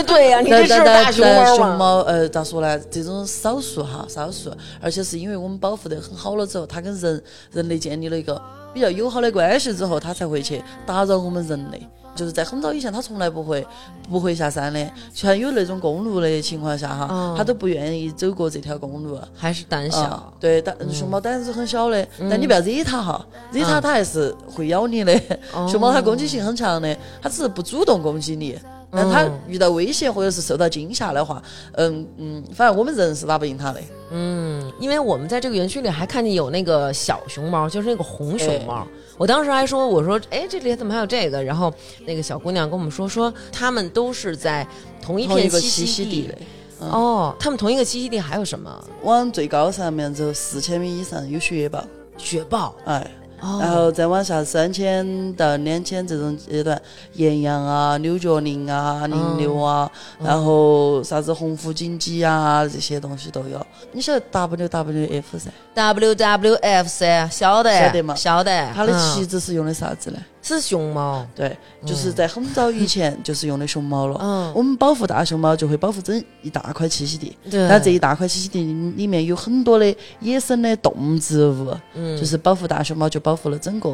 [SPEAKER 2] 对呀，你这是大熊
[SPEAKER 5] 但
[SPEAKER 2] 猫
[SPEAKER 5] 熊
[SPEAKER 2] 吗？
[SPEAKER 5] 猫，呃，咋说呢？这种少数哈，少数，而且是因为我们保护得很好了之后，它跟人人类建立了一个比较友好的关系之后，它才会去打扰我们人类。就是在很早以前，它从来不会不会下山的，像有那种公路的情况下
[SPEAKER 2] 哦
[SPEAKER 5] 哈，它都不愿意走过这条公路。
[SPEAKER 2] 还是胆
[SPEAKER 5] 啊
[SPEAKER 2] 小，
[SPEAKER 5] 对，但熊
[SPEAKER 2] 嗯
[SPEAKER 5] 猫胆子很小的，但你不要惹它哈，惹它它还是会咬你的。
[SPEAKER 2] 哦
[SPEAKER 5] 熊猫它攻击性很强的，它只是不主动攻击你。但它
[SPEAKER 2] 嗯
[SPEAKER 5] 遇到危险或者是受到惊吓的话，嗯嗯，反正我们人是打不赢它的。
[SPEAKER 2] 因为我们在这个园区里还看见有那个小熊
[SPEAKER 5] 哎
[SPEAKER 2] 猫，就是那个红熊猫。我当时还说，我说，哎，这里怎么还有这个？然后那个小姑娘跟我们说，说他们都是在同一
[SPEAKER 5] 同一
[SPEAKER 2] 片
[SPEAKER 5] 个
[SPEAKER 2] 栖
[SPEAKER 5] 栖息
[SPEAKER 2] 地
[SPEAKER 5] 地嗯的。，
[SPEAKER 2] 哦，他们同一个栖息地还有什么？
[SPEAKER 5] 往最高上面走四千米以上有雪豹，
[SPEAKER 2] 雪豹。
[SPEAKER 5] 哎，
[SPEAKER 2] 哦
[SPEAKER 5] 然后再往下三千到两千这种阶段，岩羊啊、牛角羚
[SPEAKER 2] 哦
[SPEAKER 5] 啊、羚牛啊，然后啥子红腹锦鸡啊这些东西都有。你晓得 WWF 噻？
[SPEAKER 2] WWF 噻，晓得
[SPEAKER 5] 晓得吗
[SPEAKER 2] 晓得，
[SPEAKER 5] 它的
[SPEAKER 2] 嗯
[SPEAKER 5] 旗子是用的啥子呢？
[SPEAKER 2] 是熊猫，
[SPEAKER 5] 对，就是在很早以前就是用的熊猫了。
[SPEAKER 2] 嗯
[SPEAKER 5] 哦我们保护大熊猫就会保护整一大块栖息地，
[SPEAKER 2] 对
[SPEAKER 5] 但这一大块栖息地里面有很多的野生的动植物，嗯，就是保护大熊猫就保护了整个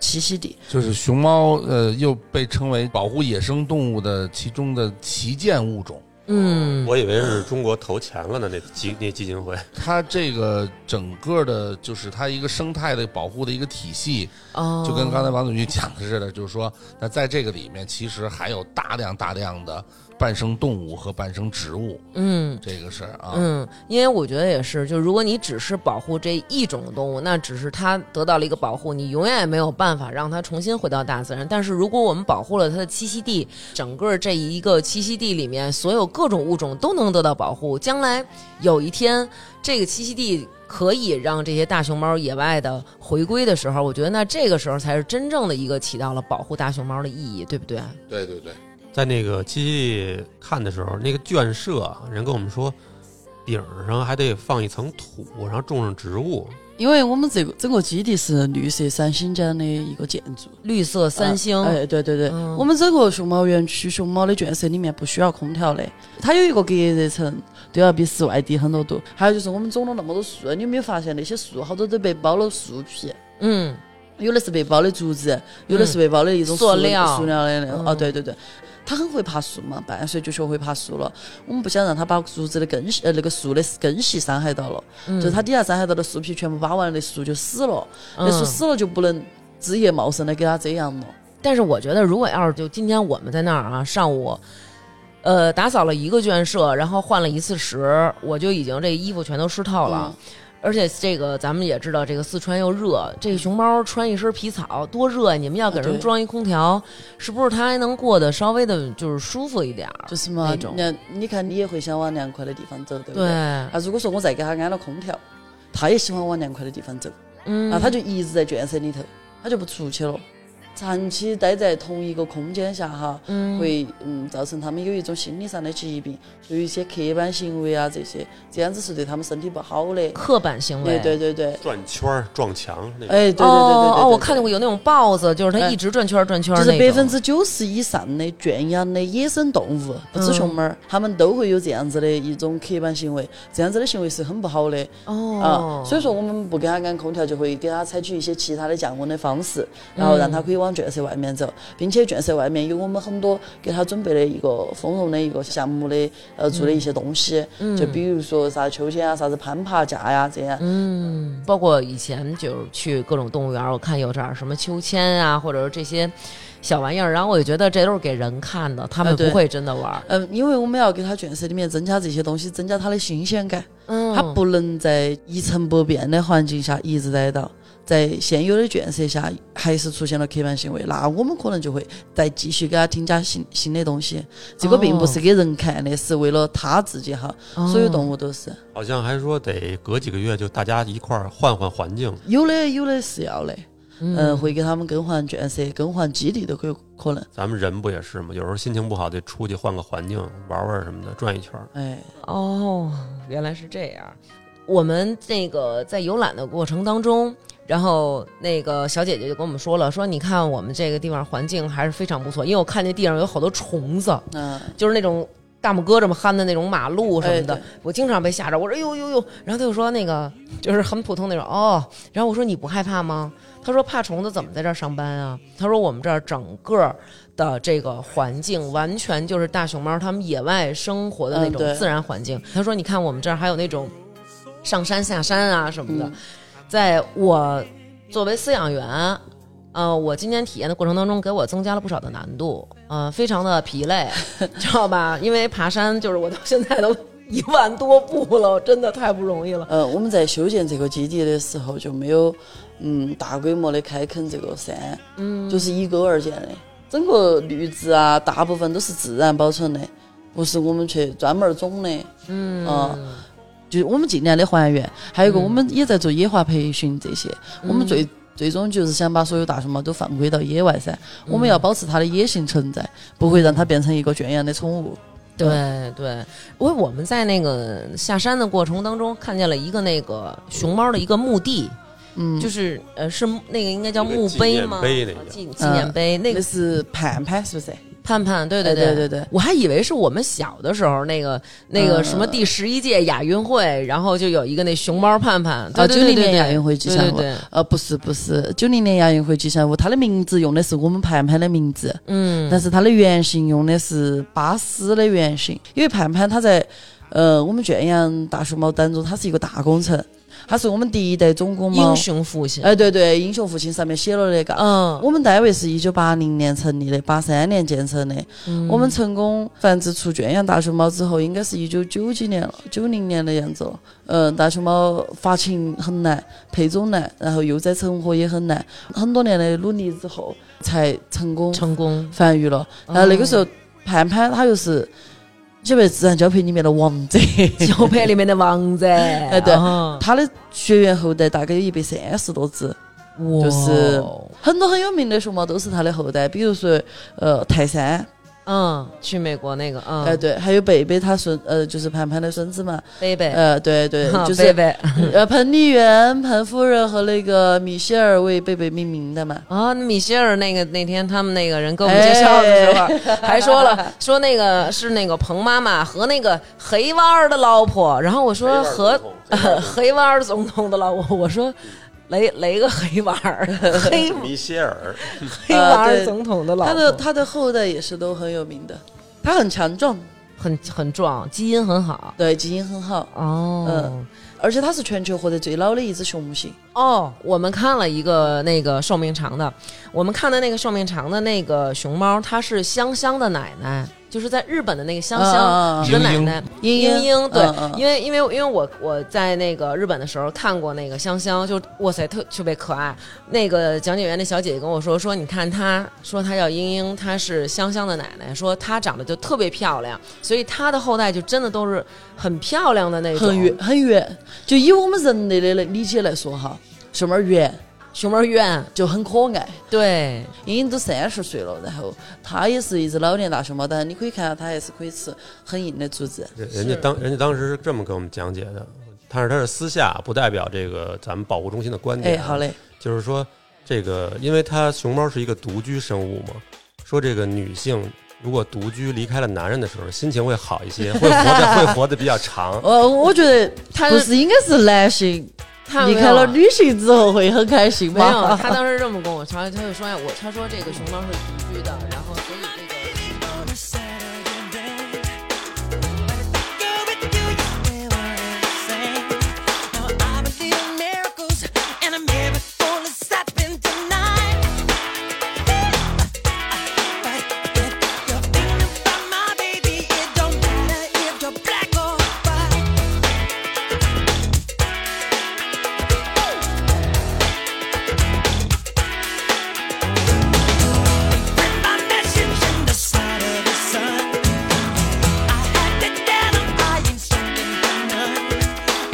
[SPEAKER 5] 栖息地。
[SPEAKER 4] 就是熊猫，呃，又被称为保护野生动物的其中的旗舰物种。
[SPEAKER 2] 嗯，
[SPEAKER 3] 我以为是中国投钱了呢，那基那基金会。
[SPEAKER 4] 它这个整个的，就是它一个生态的保护的一个体系，
[SPEAKER 2] 哦，
[SPEAKER 4] 就跟刚才王总局讲的似的，就是说，那在这个里面，其实还有大量大量的伴生动物和伴生植物，
[SPEAKER 2] 嗯。
[SPEAKER 4] 这个是啊，
[SPEAKER 2] 嗯，因为我觉得也是，就如果你只是保护这一种动物，那只是它得到了一个保护，你永远也没有办法让它重新回到大自然。但是如果我们保护了它的栖息地，整个这一个栖息地里面所有各种物种都能得到保护，将来有一天这个栖息地可以让这些大熊猫野外的回归的时候，我觉得那这个时候才是真正的一个起到了保护大熊猫的意义，对不对？
[SPEAKER 4] 对对对，
[SPEAKER 3] 在那个栖息地看的时候，那个圈舍人跟我们说，顶上还得放一层土，然后种上植物。
[SPEAKER 5] 因为我们这个整个基地是绿色三星这样的一个建筑，
[SPEAKER 2] 绿色三星，
[SPEAKER 5] 哎，对对对，
[SPEAKER 2] 嗯
[SPEAKER 5] 我们整个熊猫园区熊猫的圈舍里面不需要空调的，它有一个隔热层，都要比室外低很多度。还有就是我们种了那么多树，你有没有发现那些树好多都被包了树皮？
[SPEAKER 2] 嗯，
[SPEAKER 5] 有的是被包的竹子，有的是被包的一种
[SPEAKER 2] 塑料
[SPEAKER 5] 塑料的那种。
[SPEAKER 2] 嗯
[SPEAKER 5] 哦，对对对，他很会爬树嘛，半岁就学会爬树了。我们不想让他把竹子的根系，呃，那个树的根系伤害到了，
[SPEAKER 2] 嗯
[SPEAKER 5] 就是他底下伤害到的树皮全部扒完了，那树就死了，那
[SPEAKER 2] 嗯
[SPEAKER 5] 树死了就不能枝叶茂盛的给它遮阳了。
[SPEAKER 2] 但是我觉得，如果要是就今天我们在那儿啊，上午，呃，打扫了一个圈舍，然后换了一次食，我就已经这衣服全都湿透了。
[SPEAKER 5] 嗯
[SPEAKER 2] 而且这个咱们也知道，这个四川又热，这个熊猫穿一身皮草多热呀！你们要给
[SPEAKER 5] 啊
[SPEAKER 2] 人
[SPEAKER 5] 对
[SPEAKER 2] 装一空调，是不是它还能过得稍微的，就是舒服一点儿？
[SPEAKER 5] 就是嘛，
[SPEAKER 2] 那种
[SPEAKER 5] 你看你看你也会想往凉快的地方走，对不
[SPEAKER 2] 对
[SPEAKER 5] 对？，啊，如果说我再给他安了空调，他也喜欢往凉快的地方走，
[SPEAKER 2] 嗯，
[SPEAKER 5] 啊，他就一直在圈舍里头，他就不出去了。长期待在同一个空间下哈，
[SPEAKER 2] 嗯
[SPEAKER 5] 会嗯造成他们有一种心理上的疾病，有一些刻板行为啊这些，这样子是对他们身体不好的。
[SPEAKER 2] 刻板行为，
[SPEAKER 5] 对对对对，
[SPEAKER 3] 转圈儿撞墙那
[SPEAKER 5] 哎对对对对对
[SPEAKER 2] 哦
[SPEAKER 5] 对
[SPEAKER 2] 哦，我看见过有那种豹子，就是它
[SPEAKER 5] 哎
[SPEAKER 2] 一直转圈儿转圈儿
[SPEAKER 5] 就
[SPEAKER 2] 那种，
[SPEAKER 5] 是百分之九十以上的圈养的野生动物，不止熊
[SPEAKER 2] 嗯
[SPEAKER 5] 猫儿，它们都会有这样子的一种刻板行为，这样子的行为是很不好的
[SPEAKER 2] 哦
[SPEAKER 5] 啊。所以说，我们不给它安空调，就会给它采取一些其他的降温的方式，
[SPEAKER 2] 嗯
[SPEAKER 5] 然后让它可以往圈舍外面走，并且圈舍外面有我们很多给它准备的一个丰容的一个项目的呃做的一些东西，
[SPEAKER 2] 嗯
[SPEAKER 5] 就比如说啥秋千啊、啥子攀爬架呀这样。
[SPEAKER 2] 嗯，包括以前就是去各种动物园儿，我看有这儿什么秋千啊，或者是这些小玩意儿，然后我就觉得这都是给人看的，他们
[SPEAKER 5] 啊对
[SPEAKER 2] 不会真的玩儿。
[SPEAKER 5] 嗯，因为我们要给它圈舍里面增加这些东西，增加它的新鲜感。
[SPEAKER 2] 嗯
[SPEAKER 5] 它不能在一成不变的环境下一直待到，在现有的圈舍下还是出现了刻板行为，那我们可能就会再继续给它添加新新的东西。这个并不是给人看的，是为了它自己好。所有动
[SPEAKER 2] 物
[SPEAKER 5] 物都是
[SPEAKER 3] 好像还说得隔几个月就大家一块儿换换环境。
[SPEAKER 5] 有的，有的是要的，
[SPEAKER 2] 嗯
[SPEAKER 5] 嗯、会给他们更换圈舍、更换基地都可以可能。
[SPEAKER 3] 咱们人不也是吗？有时候心情不好得出去换个环境玩玩什么的，转一圈儿。
[SPEAKER 5] 哎，
[SPEAKER 2] 哦，原来是这样。我们那个在游览的过程当中，然后那个小姐姐就跟我们说了，说你看我们这个地方环境还是非常不错，因为我看见地上有好多虫子，
[SPEAKER 5] 嗯，
[SPEAKER 2] 就是那种大拇哥这么憨的那种马路什么的，
[SPEAKER 5] 哎对
[SPEAKER 2] 我经常被吓着。我说哎呦呦呦，然后他就说那个就是很普通那种哦，然后我说你不害怕吗？他说怕虫子怎么在这儿上班啊？他说我们这儿整个的这个环境完全就是大熊猫它们野外生活的那
[SPEAKER 5] 嗯
[SPEAKER 2] 种
[SPEAKER 5] 对
[SPEAKER 2] 自然环境。他说你看我们这儿还有那种上山下山啊什么的，
[SPEAKER 5] 嗯
[SPEAKER 2] 在我作为饲养员。呃，我今天体验的过程当中，给我增加了不少的难度，呃，非常的疲 累，知道吧？因为爬山就是我到现在都 一万多步了，真的太不容易了。
[SPEAKER 5] 呃，我们在修建这个基地的时候就没有，嗯，大规模的开垦这个山，嗯，就是一沟而建的，整个绿植啊，大部分都是自然保存的，不是我们去专门儿种的，嗯，就我们尽量的还原。还有一个，我们也在做野化培训这些，我们最。最终就是想把所有大熊猫都放归到野外噻，我们要保持它的野性存在，不会让它变成一个圈养的宠物。
[SPEAKER 2] 对对，我我们在那个下山的过程当中，看见了一个那个熊猫的一个墓地，
[SPEAKER 5] 嗯，
[SPEAKER 2] 就是呃是那个应该叫
[SPEAKER 3] 一个
[SPEAKER 2] 墓
[SPEAKER 3] 纪
[SPEAKER 2] 碑
[SPEAKER 3] 念
[SPEAKER 2] 吗？
[SPEAKER 3] 碑那
[SPEAKER 2] 啊
[SPEAKER 3] 个
[SPEAKER 2] 纪纪念碑，那
[SPEAKER 5] 那
[SPEAKER 2] 个
[SPEAKER 5] 个是盼盼，是不是？
[SPEAKER 2] 盼盼，对对
[SPEAKER 5] 哎
[SPEAKER 2] 对
[SPEAKER 5] 对对嗯对
[SPEAKER 2] 我还以为是我们小的时候那个那个什么第十一届亚运会，然后就有一个那熊猫盼盼，对
[SPEAKER 5] 啊，
[SPEAKER 2] 对
[SPEAKER 5] 九
[SPEAKER 2] 对
[SPEAKER 5] 零
[SPEAKER 2] 对
[SPEAKER 5] 年
[SPEAKER 2] 对
[SPEAKER 5] 亚运会吉祥
[SPEAKER 2] 对
[SPEAKER 5] 物，
[SPEAKER 2] 对对
[SPEAKER 5] 呃，不是不是，九零年亚运会吉祥物，它的名字用的是我们盼盼的名字，
[SPEAKER 2] 嗯
[SPEAKER 5] 但是它的原型用的是巴斯的原型，因为盼盼它在呃我们圈养大熊猫当中，它是一个大功臣，它是我们第一代种公猫
[SPEAKER 2] 英，雄父亲，
[SPEAKER 5] 哎对对，英雄父亲上面写了那个。
[SPEAKER 2] 嗯，
[SPEAKER 5] 我们单位是一九八零年成立的，八三年建成的。
[SPEAKER 2] 嗯
[SPEAKER 5] 我们成功繁殖出圈养大熊猫之后，应该是一九九几年了，九零年的样子了。嗯，大熊猫发情很难，配种难，然后幼崽成活也很难，很多年的努力之后才成功
[SPEAKER 2] 成功，嗯
[SPEAKER 5] 繁育了。然呃后那个时候，盼盼它又是因为自然交配里面的王者，
[SPEAKER 2] 交配里面的王子， 哎
[SPEAKER 5] 对
[SPEAKER 2] 哇，
[SPEAKER 5] 它的血缘后代大概有一百三十多只。就是很多很有名的熊猫都是它的后代，比如说呃泰山，
[SPEAKER 2] 嗯，去美国那个，嗯，
[SPEAKER 5] 哎，对，还有北北他孙，呃，就是盘盘的孙子嘛，
[SPEAKER 2] 贝贝，
[SPEAKER 5] 呃，对 对，
[SPEAKER 2] 哈
[SPEAKER 5] 就是
[SPEAKER 2] 贝贝
[SPEAKER 5] 呃，彭丽媛、彭夫人和那个米歇尔为贝贝命名的嘛。
[SPEAKER 2] 啊，那米歇尔那个那天他们那个人给我们介绍的时候，
[SPEAKER 5] 哎
[SPEAKER 2] 还说了说那个是那个彭妈妈和那个黑娃儿的老婆，然后我说和 黑娃儿总统的老婆，我说 雷雷个黑娃儿， 黑
[SPEAKER 3] 米歇尔，
[SPEAKER 2] 黑娃
[SPEAKER 5] 啊
[SPEAKER 2] 儿
[SPEAKER 5] 对
[SPEAKER 2] 总统的老
[SPEAKER 5] 他
[SPEAKER 2] 婆，
[SPEAKER 5] 的他的后代也是都很有名的，他很强壮，
[SPEAKER 2] 很很壮，基因很好
[SPEAKER 5] 对，基因很好，
[SPEAKER 2] 哦。
[SPEAKER 5] 嗯而且它是全球活得最老的一只雄性。
[SPEAKER 2] 哦，我们看了一个那个寿命长的，我们看的那个寿命长的那个熊猫，它是香香的奶奶，就是在日本的那个香
[SPEAKER 5] 啊啊
[SPEAKER 2] 香
[SPEAKER 5] 啊
[SPEAKER 2] 是嗯个奶
[SPEAKER 4] 英英
[SPEAKER 2] 奶，
[SPEAKER 5] 英
[SPEAKER 2] 英英对
[SPEAKER 5] 嗯嗯，
[SPEAKER 2] 因为因为因为我我在那个日本的时候看过那个香香，就哇塞特特别可爱。那个讲解员那小姐姐跟我说说，你看她说她叫英英，她是香香的奶奶，说她长得就特别漂亮，所以她的后代就真的都是很漂亮的那种。
[SPEAKER 5] 很圆很圆，就以我们人类的理解来说哈，熊猫圆
[SPEAKER 2] 熊猫院
[SPEAKER 5] 就很可爱。
[SPEAKER 2] 对，
[SPEAKER 5] 英英都三十岁了，然后它也是一只老年大熊猫，但是你可以看到它还是可以吃很硬的竹子。
[SPEAKER 3] 人人家当人家当时是这么给我们讲解的，但是他是私下，不代表这个咱们保护中心的观
[SPEAKER 5] 哎，
[SPEAKER 3] 点。啊
[SPEAKER 5] 好，嘞，
[SPEAKER 3] 就是说这个，因为它熊猫是一个独居生物嘛，说这个女性。如果独居离开了男人的时候，心情会好一些，会活得会活得比较长。
[SPEAKER 5] 我呃我觉得
[SPEAKER 2] 她
[SPEAKER 5] 不是应该是男性
[SPEAKER 2] 她
[SPEAKER 5] 离
[SPEAKER 2] 没
[SPEAKER 5] 开
[SPEAKER 2] 有
[SPEAKER 5] 了
[SPEAKER 2] 啊
[SPEAKER 5] 女性之后会很开心啊
[SPEAKER 2] 没有，
[SPEAKER 5] 吗？
[SPEAKER 2] 他当时这么跟我说，他就说我，他说这个熊猫是独居的，然后所以这个。
[SPEAKER 6] on a Saturday day. But if I go with you, you will the same. Now I believe in miracles, and a miracle is happening tonight. But if you're thinking about my baby, it don't matter if you're black or white. My message in the side of the sun. I had the dead of I instructed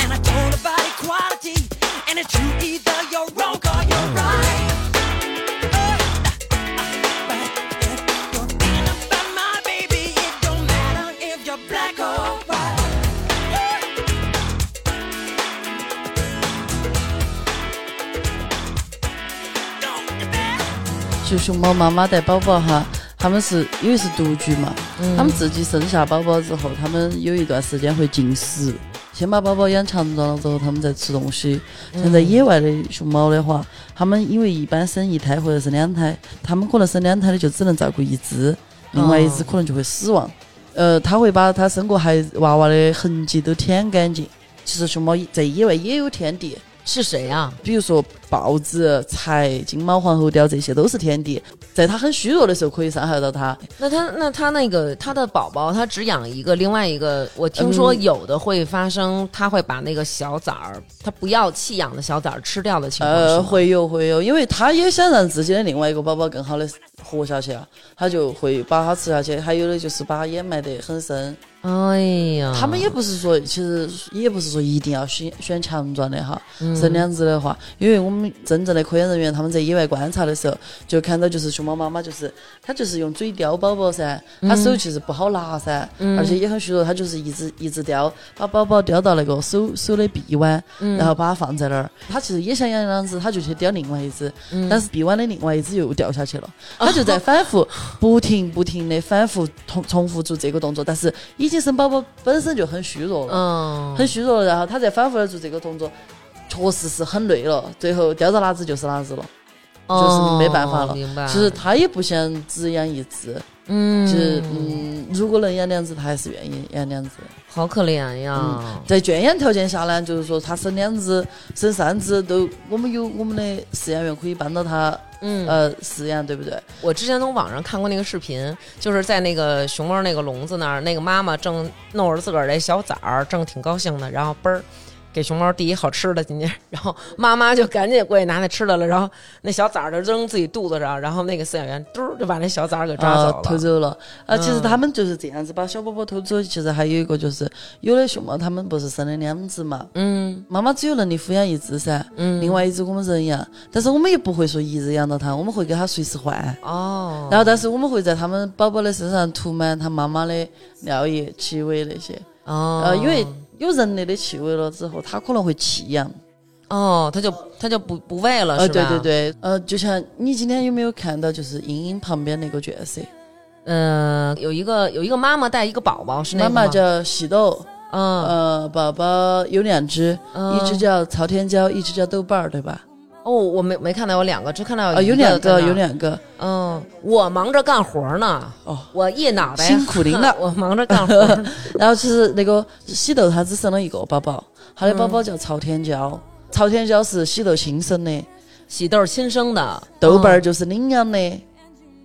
[SPEAKER 6] And I told about equality. And it's you either you're wrong or you're right. But if you're thinking about my baby, it don't matter if you're black or white. Don't matter.
[SPEAKER 5] 就熊猫妈妈带宝宝哈，他们是因为是独居嘛，他们自己生下宝宝之后，他们有一段时间会进食，先把宝宝养强壮了之后，他们再吃东西。像在野外的熊猫的话，他们因为一般生一胎或者是两胎，他们可能生两胎的就只能照顾一只，另外一只可能就会死亡。呃，他会把他生过孩娃娃的痕迹都舔干净。其实熊猫在野外也有天敌，
[SPEAKER 2] 是谁呀、
[SPEAKER 5] 比如说豹子、柴、金毛皇后雕，这些都是天敌，在它很虚弱的时候可以伤害到它。
[SPEAKER 2] 那他那他那个他的宝宝，他只养一个，另外一个我听说
[SPEAKER 5] 嗯
[SPEAKER 2] 有的会发生，他会把那个小崽儿，他不要弃养的小崽儿吃掉的情况是吗
[SPEAKER 5] 呃，会有会有，因为它也想让自己的另外一个宝宝更好的活下去啊，它就会把它吃下去。还有的就是把它掩埋得很深。
[SPEAKER 2] 哎呀，
[SPEAKER 5] 他们也不是说，其实也不是说一定要选选强壮的哈，
[SPEAKER 2] 嗯
[SPEAKER 5] 生两只的话，因为我们真正的科研人员他们在野外观察的时候，就看到就是熊猫妈妈就是它就是用嘴叼宝宝噻，它手其实不好拿噻，而且也很虚弱，它就是一直一直叼，把宝宝叼到那个手手的臂弯，
[SPEAKER 2] 嗯
[SPEAKER 5] 然后把它放在那儿，它其实也想养两只，它就去叼另外一只，
[SPEAKER 2] 嗯
[SPEAKER 5] 但是臂弯的另外一只又掉下去了，它就在反复不停不停的反复重重复做这个动作，但是已经生宝宝本身就很虚弱了，
[SPEAKER 2] 嗯，
[SPEAKER 5] 很虚弱了，然后它再反复的做这个动作。确实是很累了，最后叼到哪只就是哪只了。就是没办法了
[SPEAKER 2] 哦明白，
[SPEAKER 5] 其实它也不想只养一只，
[SPEAKER 2] 嗯，
[SPEAKER 5] 就是嗯，如果能养两只，它还是愿意养两只。
[SPEAKER 2] 好可怜呀。
[SPEAKER 5] 在圈养条件下呢，就是说它生两只、生三只都，我们有我们的饲养员可以帮到它，
[SPEAKER 2] 嗯
[SPEAKER 5] 呃，饲养对不对？
[SPEAKER 2] 我之前从网上看过那个视频，就是在那个熊猫那个笼子那儿，那个妈妈正弄着自个儿那小崽儿，正挺高兴的，然后嘣儿给熊猫递一好吃的今天，然后妈妈就赶紧过去拿那吃的了，然后那小崽儿就扔自己肚子上，然后那个饲养员嘟儿就把那小崽儿给抓
[SPEAKER 5] 啊
[SPEAKER 2] 走，
[SPEAKER 5] 偷
[SPEAKER 2] 了。
[SPEAKER 5] 走了啊！其实
[SPEAKER 2] 嗯
[SPEAKER 5] 他们就是这样子，把小宝宝偷走。其实还有一个就是，有的熊猫它们不是生了两只嘛，
[SPEAKER 2] 嗯
[SPEAKER 5] 妈妈只有能力抚养一只噻，
[SPEAKER 2] 嗯，
[SPEAKER 5] 另外一只我们人养，但是我们也不会说一直养到它，我们会给它随时换。
[SPEAKER 2] 哦，
[SPEAKER 5] 然后，但是我们会在它们宝宝的身上涂满它妈妈的尿液、气味那些，
[SPEAKER 2] 哦，
[SPEAKER 5] 呃，因为有人类的气味了之后，它可能会弃养。
[SPEAKER 2] 哦，他就他就不不喂了，
[SPEAKER 5] 呃，
[SPEAKER 2] 啊是吧？
[SPEAKER 5] 对对，对，呃，就像你今天有没有看到，就是茵茵旁边那个角色，
[SPEAKER 2] 嗯，有一个有一个妈妈带一个宝宝，是那
[SPEAKER 5] 妈
[SPEAKER 2] 个
[SPEAKER 5] 妈
[SPEAKER 2] 吗
[SPEAKER 5] 叫喜豆，
[SPEAKER 2] 嗯
[SPEAKER 5] 呃，宝宝有两只，
[SPEAKER 2] 嗯
[SPEAKER 5] 一只叫朝天椒，一只叫豆瓣儿，对吧？
[SPEAKER 2] 哦，我没没哦看到有两个，只看到
[SPEAKER 5] 啊，
[SPEAKER 2] 一
[SPEAKER 5] 有两
[SPEAKER 2] 在
[SPEAKER 5] 个，
[SPEAKER 2] 那儿
[SPEAKER 5] 有两个，
[SPEAKER 2] 嗯，我忙着干活呢，
[SPEAKER 5] 哦
[SPEAKER 2] 我一脑袋
[SPEAKER 5] 辛苦您了
[SPEAKER 2] 我忙着干活 呢，
[SPEAKER 5] 然后就是那个喜豆，她只生了一个宝宝，她的宝宝叫朝天椒，朝天椒是喜豆亲生的，
[SPEAKER 2] 喜豆儿亲生的
[SPEAKER 5] 豆瓣儿就是领养的。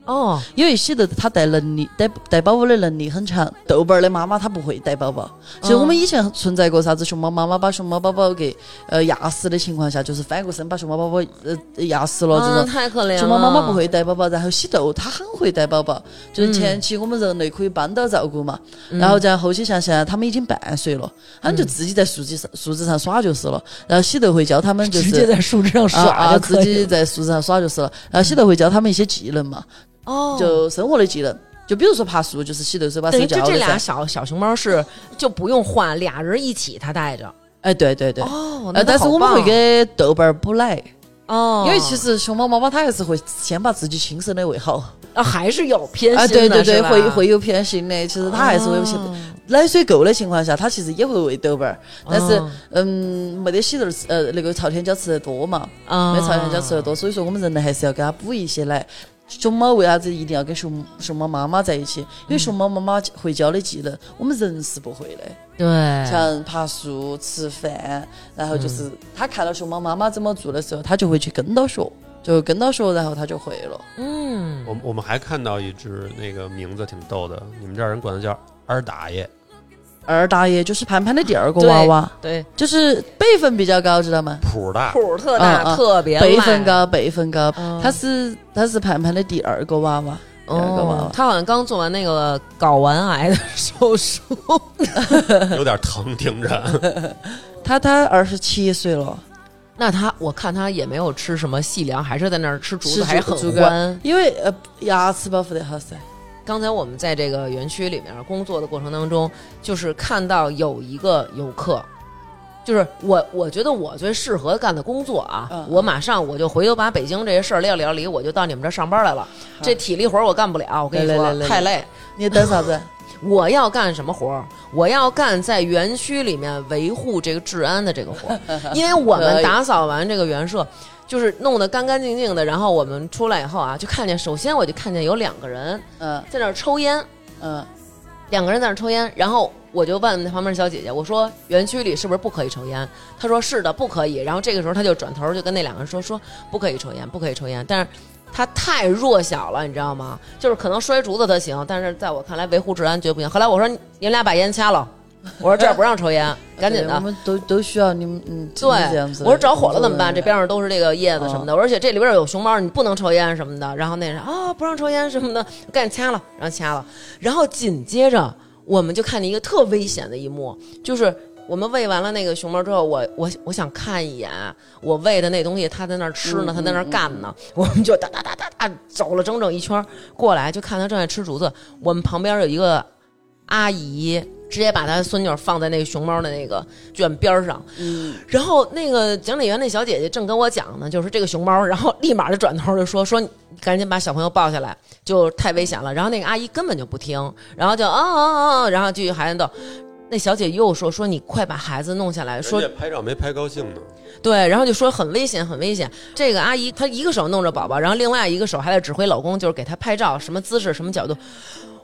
[SPEAKER 2] 哦，
[SPEAKER 5] 因为喜豆她带能力带带宝宝的能力很强，豆瓣儿的妈妈她不会带宝宝，所以我们以前存在过啥子熊猫妈妈把熊猫宝宝给呃压死的情况下，就是翻过身把熊猫宝宝呃压死了这
[SPEAKER 2] 嗯，
[SPEAKER 5] 种。
[SPEAKER 2] 太可怜了，
[SPEAKER 5] 熊猫妈妈不会带宝宝，然后喜豆它很会带宝宝，就是
[SPEAKER 2] 嗯
[SPEAKER 5] 前期我们人类可以帮到照顾嘛，然后在后期像现在他们已经半岁了，
[SPEAKER 2] 嗯
[SPEAKER 5] 他们就自己在树枝上树枝上耍就是了，然后喜豆会教他们就
[SPEAKER 7] 直接
[SPEAKER 5] 是。
[SPEAKER 7] 在树枝上
[SPEAKER 5] 啊
[SPEAKER 7] 耍
[SPEAKER 5] 啊！
[SPEAKER 7] 就可
[SPEAKER 5] 自
[SPEAKER 7] 以
[SPEAKER 5] 己在树枝上耍就是了，然后喜豆会教他们一些技能嘛，
[SPEAKER 2] 哦，
[SPEAKER 5] 就生活的技能，就比如说爬树，就是喜豆手把
[SPEAKER 2] 等
[SPEAKER 5] 手
[SPEAKER 2] 于这
[SPEAKER 5] 教
[SPEAKER 2] 这
[SPEAKER 5] 了
[SPEAKER 2] 俩
[SPEAKER 5] 噻。
[SPEAKER 2] 小小熊猫是就不用换，俩人一起他带着
[SPEAKER 5] 哎，对对对，
[SPEAKER 2] 哦，那
[SPEAKER 5] 呃，但是
[SPEAKER 2] 好
[SPEAKER 5] 我们
[SPEAKER 2] 棒
[SPEAKER 5] 会给豆瓣儿补奶，
[SPEAKER 2] 哦，
[SPEAKER 5] 因为其实熊猫妈妈它还是会先把自己亲生的喂好。
[SPEAKER 2] 啊还是有偏心
[SPEAKER 5] 啊，
[SPEAKER 2] 的
[SPEAKER 5] 对对对，
[SPEAKER 2] 是吧
[SPEAKER 5] 会会有偏心的。其实它还是会有些
[SPEAKER 2] 哦
[SPEAKER 5] 奶水够的情况下，它其实也会喂豆瓣儿，但是、
[SPEAKER 2] 哦
[SPEAKER 5] 嗯，没得喜豆儿吃呃那个朝天椒吃得多嘛，
[SPEAKER 2] 啊，
[SPEAKER 5] 没朝天椒吃得多，所以说我们人类还是要给它补一些奶。熊猫为啥子一定要跟熊熊猫妈妈在一起？因为熊猫妈妈会教的技能，我们人是不会的。
[SPEAKER 2] 对，
[SPEAKER 5] 像爬树、吃饭，然后
[SPEAKER 2] 嗯
[SPEAKER 5] 就是他看到熊猫妈妈怎么做的时候，他就会去跟到学，就跟到学，然后他就会了。
[SPEAKER 2] 嗯，
[SPEAKER 3] 我我们还看到一只那个名字挺逗的，你们这儿人管它叫二打爷，
[SPEAKER 5] 二大爷就是盘盘的第二个
[SPEAKER 2] 对
[SPEAKER 5] 娃娃，
[SPEAKER 2] 对，
[SPEAKER 5] 就是辈分比较高，知道吗？
[SPEAKER 3] 谱大。
[SPEAKER 2] 谱儿特大，
[SPEAKER 5] 啊啊
[SPEAKER 2] 特别
[SPEAKER 5] 辈
[SPEAKER 2] 赖
[SPEAKER 5] 分高，辈分高，
[SPEAKER 2] 嗯
[SPEAKER 5] 他是他是盘盘的第二个娃娃，第二个娃
[SPEAKER 2] 哦
[SPEAKER 5] 娃，。
[SPEAKER 2] 他好像刚做完那个睾丸癌的手术，
[SPEAKER 3] 有点疼，听着。
[SPEAKER 5] 他他二十七岁了，
[SPEAKER 2] 那他我看他也没有吃什么细粮，还是在那儿吃竹
[SPEAKER 5] 吃
[SPEAKER 2] 子，
[SPEAKER 5] 竹
[SPEAKER 2] 还是
[SPEAKER 5] 竹
[SPEAKER 2] 很
[SPEAKER 5] 竿
[SPEAKER 2] 欢。
[SPEAKER 5] 因为呃牙齿保护得好噻。
[SPEAKER 2] 刚才我们在这个园区里面工作的过程当中，就是看到有一个游客。就是我，我觉得我最适合干的工作啊，
[SPEAKER 5] 嗯
[SPEAKER 2] 我马上我就回头把北京这些事儿撂了离，我就到你们这儿上班来了。这体力活儿我干不了，我跟你
[SPEAKER 5] 来
[SPEAKER 2] 说
[SPEAKER 5] 来来来
[SPEAKER 2] 太累。
[SPEAKER 5] 你等 啥子？
[SPEAKER 2] 我要干什么活儿？我要干在园区里面维护这个治安的这个活儿，因为我
[SPEAKER 5] 可
[SPEAKER 2] 们
[SPEAKER 5] 以
[SPEAKER 2] 打扫完这个园舍，就是弄得干干净净的。然后我们出来以后啊，就看见，首先我就看见有两个人
[SPEAKER 5] 嗯
[SPEAKER 2] 在那儿抽烟，
[SPEAKER 5] 嗯，
[SPEAKER 2] 两个人在那儿抽烟，然后我就问那旁边的小姐姐，我说园区里是不是不可以抽烟？她说是的，不可以。然后这个时候她就转头就跟那两个人说说不可以抽烟，不可以抽烟。但是她太弱小了，你知道吗？就是可能摔竹子她行，但是在我看来维护治安绝不行。后来我说你们俩把烟掐了，我说这儿不让抽 烟，赶紧
[SPEAKER 5] 对我
[SPEAKER 2] 的。
[SPEAKER 5] 们都都需要你们嗯，
[SPEAKER 2] 对
[SPEAKER 5] 真的这样，子。哦
[SPEAKER 2] 我说着火了怎么办？这边上都是这个叶子什么的，而且这里边有熊猫，你不能抽烟什么的。然后那人啊，不让抽烟什么的，赶紧掐了，然后掐了。然后紧接着我们就看见一个特危险的一幕，就是我们喂完了那个熊猫之后，我我我想看一眼我喂的那东西，它在那儿吃
[SPEAKER 5] 嗯
[SPEAKER 2] 呢，它在那儿干呢， 我们就哒哒哒哒哒走了整整一圈儿过来，就看它正在吃竹子。我们旁边有一个阿姨。直接把她孙女放在那个熊猫的那个圈边儿上，然后那个讲解员那小姐姐正跟我讲呢，就是这个熊猫，然后立马就转头就说说你赶紧把小朋友抱下来，就太危险了。然后那个阿姨根本就不听，然后就啊啊啊，然后继续孩子逗。那小姐又说说你快把孩子弄下来，说
[SPEAKER 3] 人家拍照没拍高兴呢，
[SPEAKER 2] 对，然后就说很危险，很危险。这个阿姨她一个手弄着宝宝，然后另外一个手还在指挥老公，就是给她拍照，什么姿势，什么角度。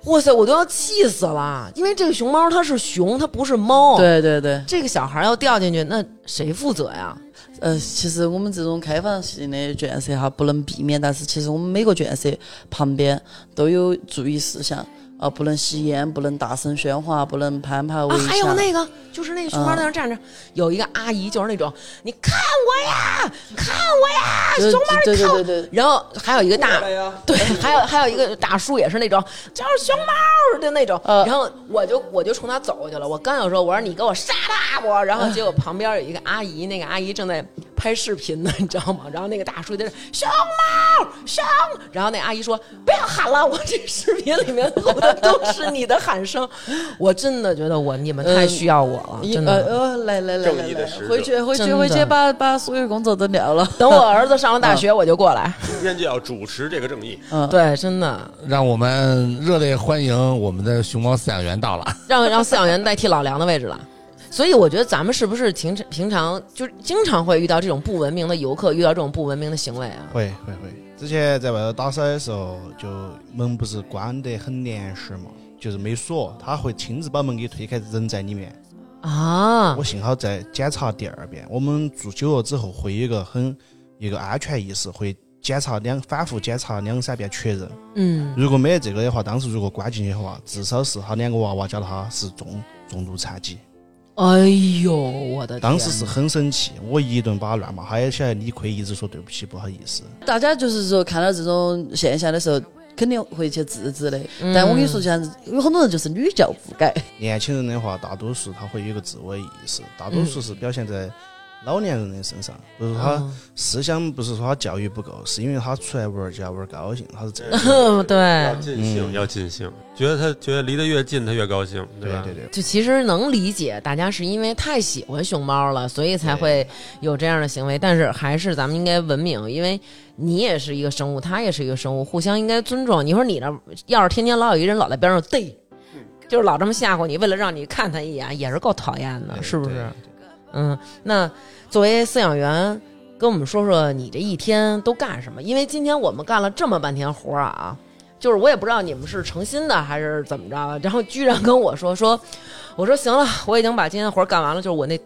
[SPEAKER 2] 哇塞，我都要气死了！因为这个熊猫它是熊，它不是猫。，
[SPEAKER 5] 对对对，
[SPEAKER 2] 这个小孩要掉进去，那谁负责呀？
[SPEAKER 5] 呃，其实我们这种开放性的圈舍哈，不能避免，但是其实我们每个圈舍旁边都有注意事项。啊，不能吸烟，不能大声喧哗，不能攀爬围
[SPEAKER 2] 啊，
[SPEAKER 5] 墙。
[SPEAKER 2] 还有那个，就是那熊猫在那儿站着，有一个阿姨就是那种，你看我呀，看我呀，
[SPEAKER 5] 对
[SPEAKER 2] 熊猫，
[SPEAKER 5] 对
[SPEAKER 2] 你看我。
[SPEAKER 5] 对对对
[SPEAKER 2] 然后还有一个大，对，还有还有一个大叔也是那种，就是熊猫的那种。
[SPEAKER 5] 呃
[SPEAKER 2] 然后我就我就冲他走过去了，我刚想说，我说你给我杀了我，然后结果旁边有一个阿姨，那个阿姨正在拍视频呢， 你知道吗？然后那个大叔在那熊猫熊，然后那阿姨说不要喊了，我这视频里面录的都是你的喊声， 我真的觉得我你们太需要我了，
[SPEAKER 5] 一
[SPEAKER 2] 啊真
[SPEAKER 5] 呃
[SPEAKER 2] 的。
[SPEAKER 5] 呃，来来来来
[SPEAKER 7] 正义的使者
[SPEAKER 5] 来，回去回
[SPEAKER 2] 真
[SPEAKER 5] 去
[SPEAKER 2] 的
[SPEAKER 5] 回去，把把所有工作都聊了。
[SPEAKER 2] 等我儿子上了大学，我就过来。
[SPEAKER 7] 今天就要主持这个正义。
[SPEAKER 5] 嗯，
[SPEAKER 2] 对，真的，
[SPEAKER 4] 让我们热烈欢迎我们的熊猫饲养员到了。
[SPEAKER 2] 让让饲养员代替老梁的位置了。所以我觉得咱们是不是平常平常就是经常会遇到这种不文明的游客，遇到这种不文明的行为啊？
[SPEAKER 8] 会会会。之前在外头打扫的时候，就门不是关得很严实嘛，就是没锁，他会亲自把门给推开，人在里面。
[SPEAKER 2] 啊
[SPEAKER 8] 我，幸好再检查第二遍。我们住久了之后，会有一个很一个安全意识，会检查两反复检查两三遍确认。
[SPEAKER 2] 嗯，
[SPEAKER 8] 如果没得这个的话，当时如果关进去的话，至少是他两个娃娃加他是重重度残疾。
[SPEAKER 2] 哎呦，我呃的天，
[SPEAKER 8] 当时是很生气，我一顿把他乱骂，他也晓得理亏，一直说对不起，不好意思。
[SPEAKER 5] 大家就是说看到这种现象的时候，肯定会去制止的。但我跟你说，像有很多人就是屡教不改。
[SPEAKER 8] 年轻人的话，大多数他会有一个自我意识，大多数是表现在老年人的身上，不是
[SPEAKER 2] 哦
[SPEAKER 8] 他思想，不是说他教育不够，是因为他出来玩儿就要玩儿高兴，他是这样。
[SPEAKER 2] 嗯， 对
[SPEAKER 7] 要，尽兴，
[SPEAKER 8] 嗯
[SPEAKER 3] 要尽兴，觉得他觉得离得越近，他越高兴，
[SPEAKER 8] 对
[SPEAKER 3] 吧？
[SPEAKER 8] 对对，
[SPEAKER 2] 就其实能理解，大家是因为太喜欢熊猫了，所以才会有这样的行为。但是还是咱们应该文明，因为你也是一个生物，它也是一个生物，互相应该尊重。你说你那要是天天老有一人老在边上逮，就是老这么吓唬你，为了让你看他一眼，也是够讨厌的，是不是？嗯，那作为饲养员，跟我们说说你这一天都干什么？因为今天我们干了这么半天活儿啊，就是我也不知道你们是诚心的还是怎么着，啊然后居然跟我说说，我说行了，我已经把今天的活儿干完了，就是我那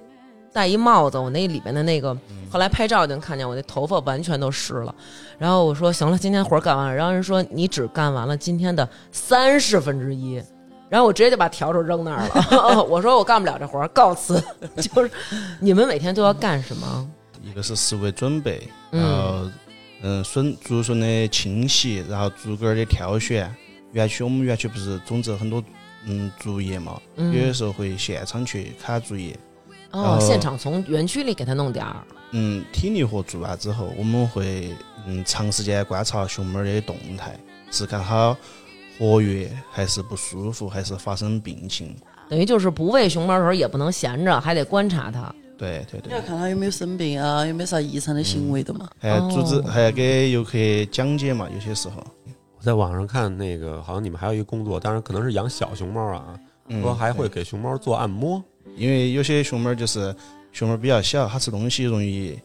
[SPEAKER 2] 戴一帽子，我那里面的那个，后来拍照就能看见我那头发完全都湿了，然后我说行了，今天活儿干完了，然后人说你只干完了今天的三十分之一。然后我直接就把笤帚扔那儿了， 我说我干不了这活儿，告辞。 就是你们每天都要干什么？
[SPEAKER 8] 一个是食物的准备，
[SPEAKER 2] 嗯
[SPEAKER 8] 然后嗯，笋竹笋的清洗，然后竹竿儿的挑选。园区我们园区不是种植了很多嗯竹叶嘛，
[SPEAKER 2] 嗯
[SPEAKER 8] 有的时候会现场去砍竹叶。
[SPEAKER 2] 哦，
[SPEAKER 8] 呃
[SPEAKER 2] 现场从园区里给他弄点儿。
[SPEAKER 8] 嗯，体力活做完之后，我们会嗯长时间观察熊猫儿的动态，是看它活跃还是不舒服，还是发生病情。
[SPEAKER 2] 等于就是不喂熊猫的时候也不能闲着，还得观察它。
[SPEAKER 8] 对对
[SPEAKER 5] 你
[SPEAKER 8] 对
[SPEAKER 5] 要，看他有没有生病啊，有没有啥异常的行为的嘛。
[SPEAKER 8] 还要组织，
[SPEAKER 2] 哦
[SPEAKER 8] 还要给游客讲解嘛，有些时候。
[SPEAKER 3] 我在网上看那个，好像你们还有一个工作，当然可能是养小熊猫啊，
[SPEAKER 8] 嗯，
[SPEAKER 3] 说还
[SPEAKER 8] 对
[SPEAKER 3] 会给熊猫做按摩。
[SPEAKER 8] 因为有些熊猫儿就是熊猫儿比较小，它吃东西容易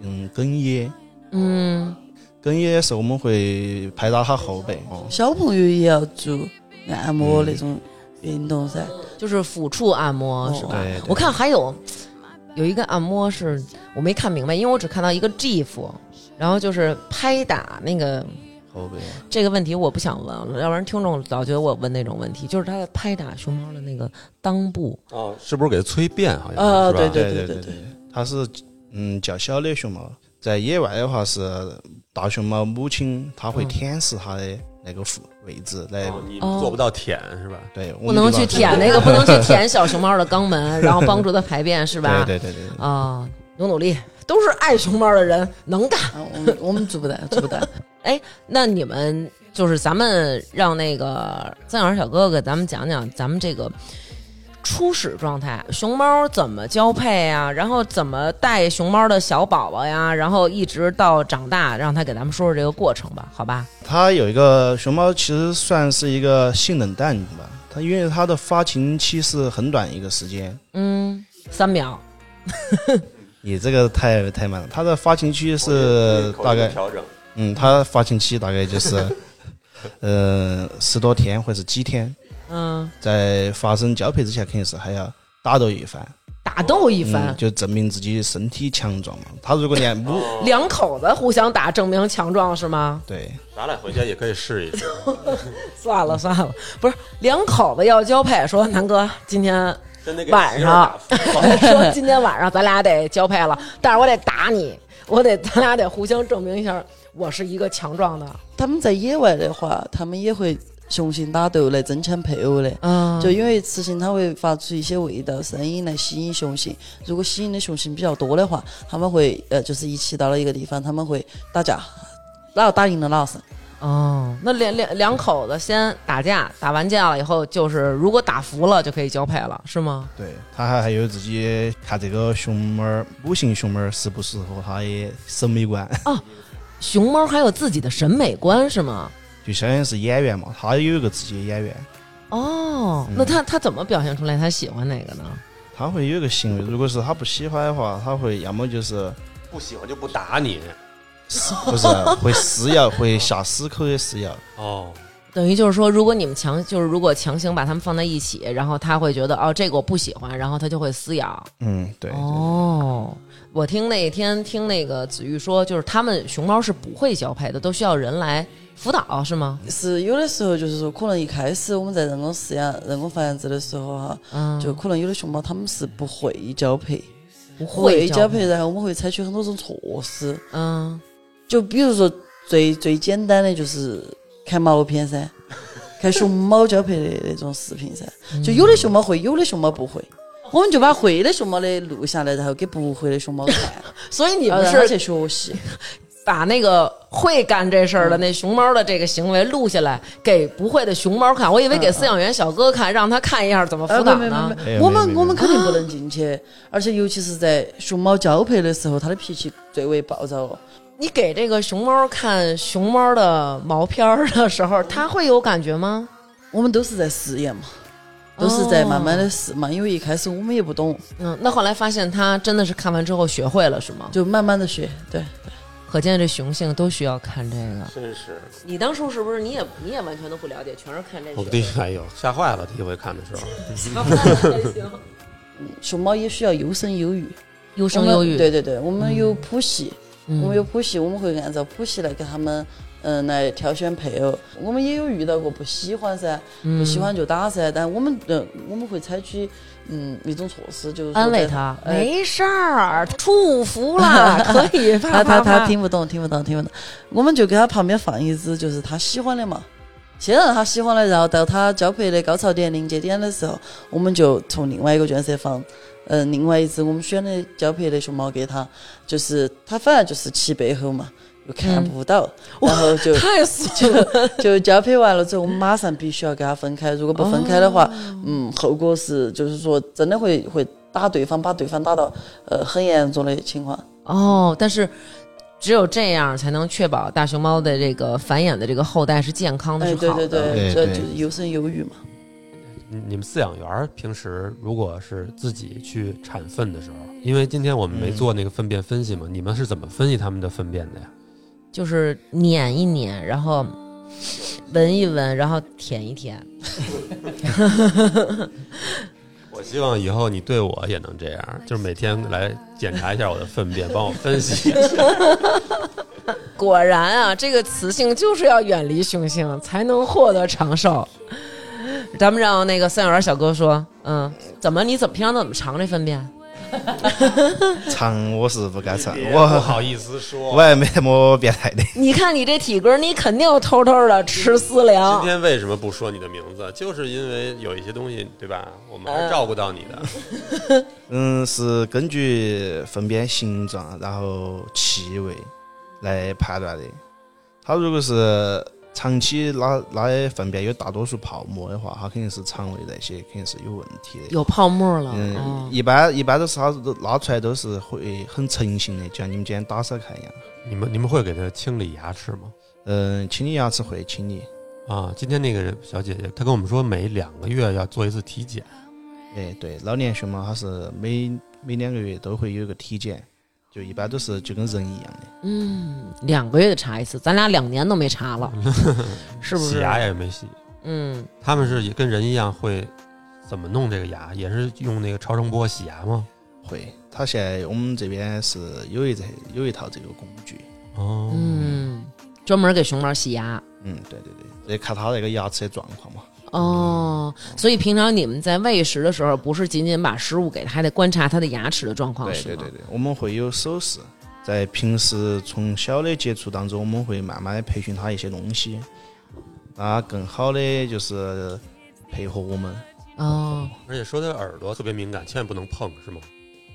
[SPEAKER 8] 嗯哽咽，
[SPEAKER 2] 嗯，
[SPEAKER 8] 哽咽的时候我们会拍打它后背。哦，
[SPEAKER 5] 小朋友也要做按摩那种运动噻。
[SPEAKER 2] 就是抚触按摩、
[SPEAKER 5] 哦
[SPEAKER 2] 是吧？
[SPEAKER 8] 对，对
[SPEAKER 2] 我看还有有一个按摩是我没看明白，因为我只看到一个 GIF，然后就是拍打那个
[SPEAKER 8] 后背，哦
[SPEAKER 2] 这个问题我不想问了，要不然听众老觉得我问那种问题，就是他在拍打熊猫的那个裆部。
[SPEAKER 3] 哦，是不是给它催便？好像
[SPEAKER 5] 啊
[SPEAKER 2] 呃
[SPEAKER 3] 是吧？
[SPEAKER 5] 对
[SPEAKER 8] 对
[SPEAKER 5] 对
[SPEAKER 8] 对
[SPEAKER 5] 对
[SPEAKER 8] 对，它是嗯较小的熊猫，在野外的话是大熊猫母亲，它会
[SPEAKER 2] 嗯
[SPEAKER 8] 舔舐它的那个腹位置来。
[SPEAKER 3] 哦你做不到舔是吧？
[SPEAKER 8] 对，
[SPEAKER 2] 不
[SPEAKER 8] 我们就
[SPEAKER 2] 能
[SPEAKER 8] 把
[SPEAKER 2] 去舔那个，不能去舔小熊猫的肛门，然后帮助它排便，是 吧？
[SPEAKER 8] 对对对对对，
[SPEAKER 2] 啊，努努力，都是爱熊猫的人能干。
[SPEAKER 5] 啊，我们我们做不到，做不到。
[SPEAKER 2] 那你们就是咱们让那个饲养员小哥哥，咱们讲讲咱们这个初始状态，熊猫怎么交配啊？然后怎么带熊猫的小宝宝呀？然后一直到长大，让他给咱们说说这个过程吧，好吧？
[SPEAKER 8] 它有一个熊猫，其实算是一个性冷淡吧。它因为它的发情期是很短一个时间，
[SPEAKER 2] 嗯，三秒，
[SPEAKER 8] 你这个太太慢了。它的发情期是大概，
[SPEAKER 7] 调整，
[SPEAKER 8] 嗯，它发情期大概就是，呃，十多天或者是几天，
[SPEAKER 2] 嗯，
[SPEAKER 8] 在发生交配之前肯定是还要打斗一番。
[SPEAKER 2] 打打斗一番
[SPEAKER 8] 嗯，，就证明自己身体强壮嘛。他如果连武，
[SPEAKER 2] 两口子互相打，证明强壮是吗？
[SPEAKER 8] 对，
[SPEAKER 3] 咱俩回家也可以试 一试。
[SPEAKER 2] 算了算了，不是两口子要交配，说南哥今天
[SPEAKER 3] 真的给
[SPEAKER 2] 晚
[SPEAKER 3] 媳妇儿打
[SPEAKER 2] 上
[SPEAKER 3] 疯 了
[SPEAKER 2] 说今天晚上咱俩得交配了，但是我得打你，我得咱俩得互相证明一下，我是一个强壮的。
[SPEAKER 5] 他们在野外的话，他们也会雄性打斗来争抢配偶的。
[SPEAKER 2] 嗯
[SPEAKER 5] 就因为雌性它会发出一些味道、声音来吸引雄性，如果吸引的雄性比较多的话，他们会呃就是一起到了一个地方，他们会打架，哪个打赢了哪个胜。
[SPEAKER 2] 哦，那两两两口子先打架，打完架了以后，就是如果打服了就可以交配了，是吗？
[SPEAKER 8] 对他还还有自己看这个熊猫儿母性熊猫儿适不适合他的审美观，
[SPEAKER 2] 熊猫还有自己的审美观是吗？
[SPEAKER 8] 就相当于是演员嘛，他也有一个自己的演员，
[SPEAKER 2] 哦，那他他怎么表现出来他喜欢哪个呢？
[SPEAKER 8] 他会有一个行为，如果是他不喜欢的话，他会要么就是
[SPEAKER 3] 不喜欢就不打你。
[SPEAKER 8] 撕不是会撕咬，会下死口的撕咬，
[SPEAKER 3] 哦，
[SPEAKER 2] 等于就是说，如果你们强，就是如果强行把他们放在一起，然后他会觉得哦，这个我不喜欢，然后他就会撕咬。
[SPEAKER 8] 嗯，对，对
[SPEAKER 2] 哦，我听那天听那个子玉说，就是他们熊猫是不会交配的，都需要人来辅导，是吗？
[SPEAKER 5] 是有的时候就是说，可能一开始我们在人工饲养、人工繁衍制的时候哈、
[SPEAKER 2] 嗯，
[SPEAKER 5] 就可能有的熊猫它们是不会交配，
[SPEAKER 2] 不
[SPEAKER 5] 不
[SPEAKER 2] 会
[SPEAKER 5] 交
[SPEAKER 2] 配。
[SPEAKER 5] 配，然后我们会采取很多种措施，呃
[SPEAKER 2] 嗯，
[SPEAKER 5] 就比如说最最简单的就是看毛片噻，看熊猫交配的那种视频噻。就有的熊猫会，有的熊猫不会。我们就把会的熊猫的录下来，然后给不会的熊猫看，
[SPEAKER 2] 所以你
[SPEAKER 5] 然后
[SPEAKER 2] 们
[SPEAKER 5] 让它去
[SPEAKER 2] 是
[SPEAKER 5] 学习。
[SPEAKER 2] 把那个会干这事儿的那熊猫的这个行为录下来，给不会的熊猫看。我以为给饲养员小哥看，让他看一下怎么辅
[SPEAKER 5] 啊，
[SPEAKER 2] 导
[SPEAKER 5] 没没
[SPEAKER 2] 呢
[SPEAKER 5] 没。
[SPEAKER 8] 哎
[SPEAKER 5] 没，
[SPEAKER 8] 呀
[SPEAKER 5] 我
[SPEAKER 8] 没
[SPEAKER 5] 们
[SPEAKER 8] 没
[SPEAKER 5] 我们肯定不能进去，而且尤其是在熊猫交配的时候，它的脾气最为暴躁哦。
[SPEAKER 2] 你给这个熊猫看熊猫的毛片儿的时候，它会有感觉吗？
[SPEAKER 5] 我们都是在试验嘛，都是
[SPEAKER 2] 哦
[SPEAKER 5] 在慢慢的试嘛，因为一开始我们也不懂，
[SPEAKER 2] 嗯，那后来发现它真的是看完之后学会了，是吗？
[SPEAKER 5] 就慢慢的学。对，
[SPEAKER 2] 可见这雄性都需要看这个。
[SPEAKER 3] 真是
[SPEAKER 2] 你当初是不是你也你也完全都不了解，全是看这
[SPEAKER 3] 我第哎呦吓坏了，第一回看的时候。
[SPEAKER 2] 个？
[SPEAKER 5] 熊猫也需要优生优育，
[SPEAKER 2] 优
[SPEAKER 5] 我
[SPEAKER 2] 生嗯
[SPEAKER 5] 们
[SPEAKER 2] 优育，
[SPEAKER 5] 对对对，我们有谱系，
[SPEAKER 2] 嗯
[SPEAKER 5] 我们有谱系，我们会按照谱系来给他们。嗯，来挑选配偶，我们也有遇到过不喜欢噻，
[SPEAKER 2] 嗯
[SPEAKER 5] 不喜欢就打噻，但我们呃我们会采取嗯一种措施，就是说
[SPEAKER 2] 安慰
[SPEAKER 5] 在
[SPEAKER 2] 他，
[SPEAKER 5] 哎
[SPEAKER 2] 没事儿，出服 了，可以啪
[SPEAKER 5] 他
[SPEAKER 2] 啪
[SPEAKER 5] 他
[SPEAKER 2] 啪。
[SPEAKER 5] 他听不懂，听不懂，听不懂。我们就给他旁边放一只就是他喜欢的嘛，先让他喜欢的，然后到他交配的高潮点、临界点的时候，我们就从另外一个圈舍放，嗯、另外一只我们选的交配的熊猫给他，就是他反正就是骑背后嘛，又看不到，然后就
[SPEAKER 2] 太损了。
[SPEAKER 5] 就就交配完了之后，我们马上必须要给他分开。如果不分开的话，嗯，后果是就是说真的会会打对方，把对方打到呃很严重的情况。
[SPEAKER 2] 哦，但是只有这样才能确保大熊猫的这个繁衍的这个后代是健康的，
[SPEAKER 5] 哎，
[SPEAKER 2] 是
[SPEAKER 5] 对
[SPEAKER 2] 好
[SPEAKER 5] 对
[SPEAKER 2] 的。
[SPEAKER 5] 对，
[SPEAKER 8] 对
[SPEAKER 5] 这
[SPEAKER 8] 对
[SPEAKER 5] 就是有生有育嘛。
[SPEAKER 3] 你你们饲养员儿平时如果是自己去产粪的时候，因为今天我们没做那个粪便分析嘛，你们是怎么分析他们的粪便的呀？
[SPEAKER 2] 就是碾一碾，然后闻一闻，然后舔一舔。
[SPEAKER 3] 我希望以后你对我也能这样，就是每天来检查一下我的粪便，帮我分析一 下。
[SPEAKER 2] 果然啊，这个雌性就是要远离雄性，才能获得长寿。咱们让那个饲养员小哥说，嗯，怎么你怎么平常怎么尝这粪便？
[SPEAKER 8] 尝我是不敢尝，
[SPEAKER 3] 不
[SPEAKER 8] 我
[SPEAKER 3] 好意思说，
[SPEAKER 8] 我还没那么变态的，
[SPEAKER 2] 你看你这体格，你肯定偷偷的吃私
[SPEAKER 3] 今
[SPEAKER 2] 粮。
[SPEAKER 3] 天为什么不说你的名字？就是因为有一些东西，对吧？我们还是照顾到你的。
[SPEAKER 8] 嗯，是根据粪便形状，然后气味来判断的。它如果是长期拉拉的粪便有大多数泡沫的话，它肯定是肠胃那些肯定是有问题的。
[SPEAKER 2] 有泡沫了，
[SPEAKER 8] 嗯
[SPEAKER 2] 哦，
[SPEAKER 8] 一般一般都是它都拉出来都是会很成型的，就像你们今天打扫看一样。
[SPEAKER 3] 你们你们会给他清理牙齿吗？
[SPEAKER 8] 嗯，清理牙齿会清理，
[SPEAKER 3] 啊，今天那个小姐姐她跟我们说，每两个月要做一次体检。
[SPEAKER 8] 哎，对，老年熊猫它是每每两个月都会有一个体检，就一般都是就跟人一样的。
[SPEAKER 2] 嗯，两个月查一次，咱俩两年都没查 了，是不
[SPEAKER 3] 洗
[SPEAKER 2] 是？
[SPEAKER 3] 牙也没洗，
[SPEAKER 2] 嗯，
[SPEAKER 3] 他们是也跟人一样会怎么弄这个牙，也是用那个超声波洗牙吗？
[SPEAKER 8] 会，它现在我们这边是有一这有一套这个工具，
[SPEAKER 3] 哦，
[SPEAKER 2] 嗯，专门给熊猫洗牙。
[SPEAKER 8] 嗯，对对对，得看它那个牙齿的状况嘛。
[SPEAKER 2] 哦，所以平常你们在喂食的时候，不是仅仅把食物给它，还得观察它的牙齿的状况，
[SPEAKER 8] 对
[SPEAKER 2] 是
[SPEAKER 8] 对
[SPEAKER 2] 吗？
[SPEAKER 8] 对对，我们会有手势，在平时从小的接触当中，我们会慢慢的培训它一些东西，那更好的就是配合我们。
[SPEAKER 2] 哦，
[SPEAKER 3] 而且说它耳朵特别敏感，千万不能碰，是吗？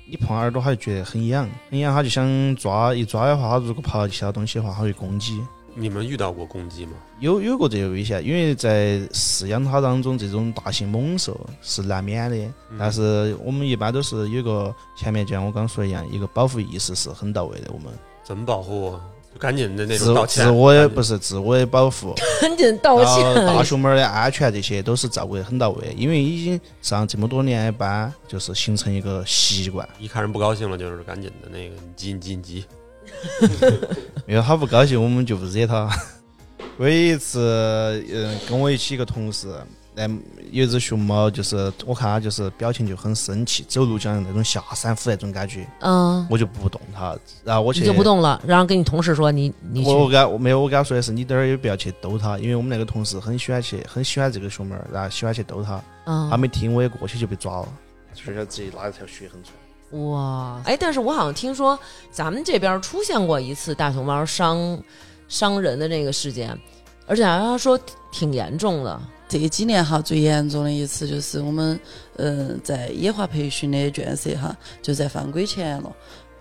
[SPEAKER 8] 你碰耳朵，它就觉得很痒，很痒，它就想抓。一抓的话，它如果爬到其他东西的话，它会攻击。
[SPEAKER 3] 你们遇到过攻击吗？
[SPEAKER 8] 有有过这个危险，因为在饲养它当中，这种大型猛兽是难免的。
[SPEAKER 3] 嗯
[SPEAKER 8] 但是我们一般都是有个前面就像我刚说一样，一个保护意识是很到位的。我们
[SPEAKER 3] 怎么保护？啊就赶紧的那种
[SPEAKER 8] 自
[SPEAKER 3] 道歉，
[SPEAKER 8] 自我的
[SPEAKER 3] 赶紧
[SPEAKER 8] 不是自我的保护，
[SPEAKER 2] 赶紧道
[SPEAKER 8] 然后大
[SPEAKER 2] 歉。
[SPEAKER 8] 熊猫儿的安全这些都是照顾得很到位，因为已经上这么多年的班，就是形成一个习惯。
[SPEAKER 3] 一看人不高兴了，就是赶紧的那个，你急你急你急，
[SPEAKER 8] 因为他不高兴，我们就不惹他。 我有一次，嗯，跟我一起一个同事，嗯，有一只熊猫，就是我看它就是表情就很生气，走路像那种下山虎那种感觉，
[SPEAKER 2] 嗯，
[SPEAKER 8] 我就不动它，然后我去
[SPEAKER 2] 你就不。动了，然后跟你同事说你你去
[SPEAKER 8] 我我跟他我没有我跟他说的是，你等会儿也不要去逗它，因为我们那个同事很喜欢去，很喜欢这个熊猫儿，然后喜欢去逗它，它
[SPEAKER 2] 嗯
[SPEAKER 8] 没听，我也过去就被抓了，学校直接拉一条血痕出来。
[SPEAKER 2] 哇哎，但是我好像听说咱们这边出现过一次大熊猫伤伤人的这个事件，而且好像说挺严重的。
[SPEAKER 5] 这几年哈，最严重的一次就是我们，嗯、在野化培训的圈舍哈，就在犯规前了。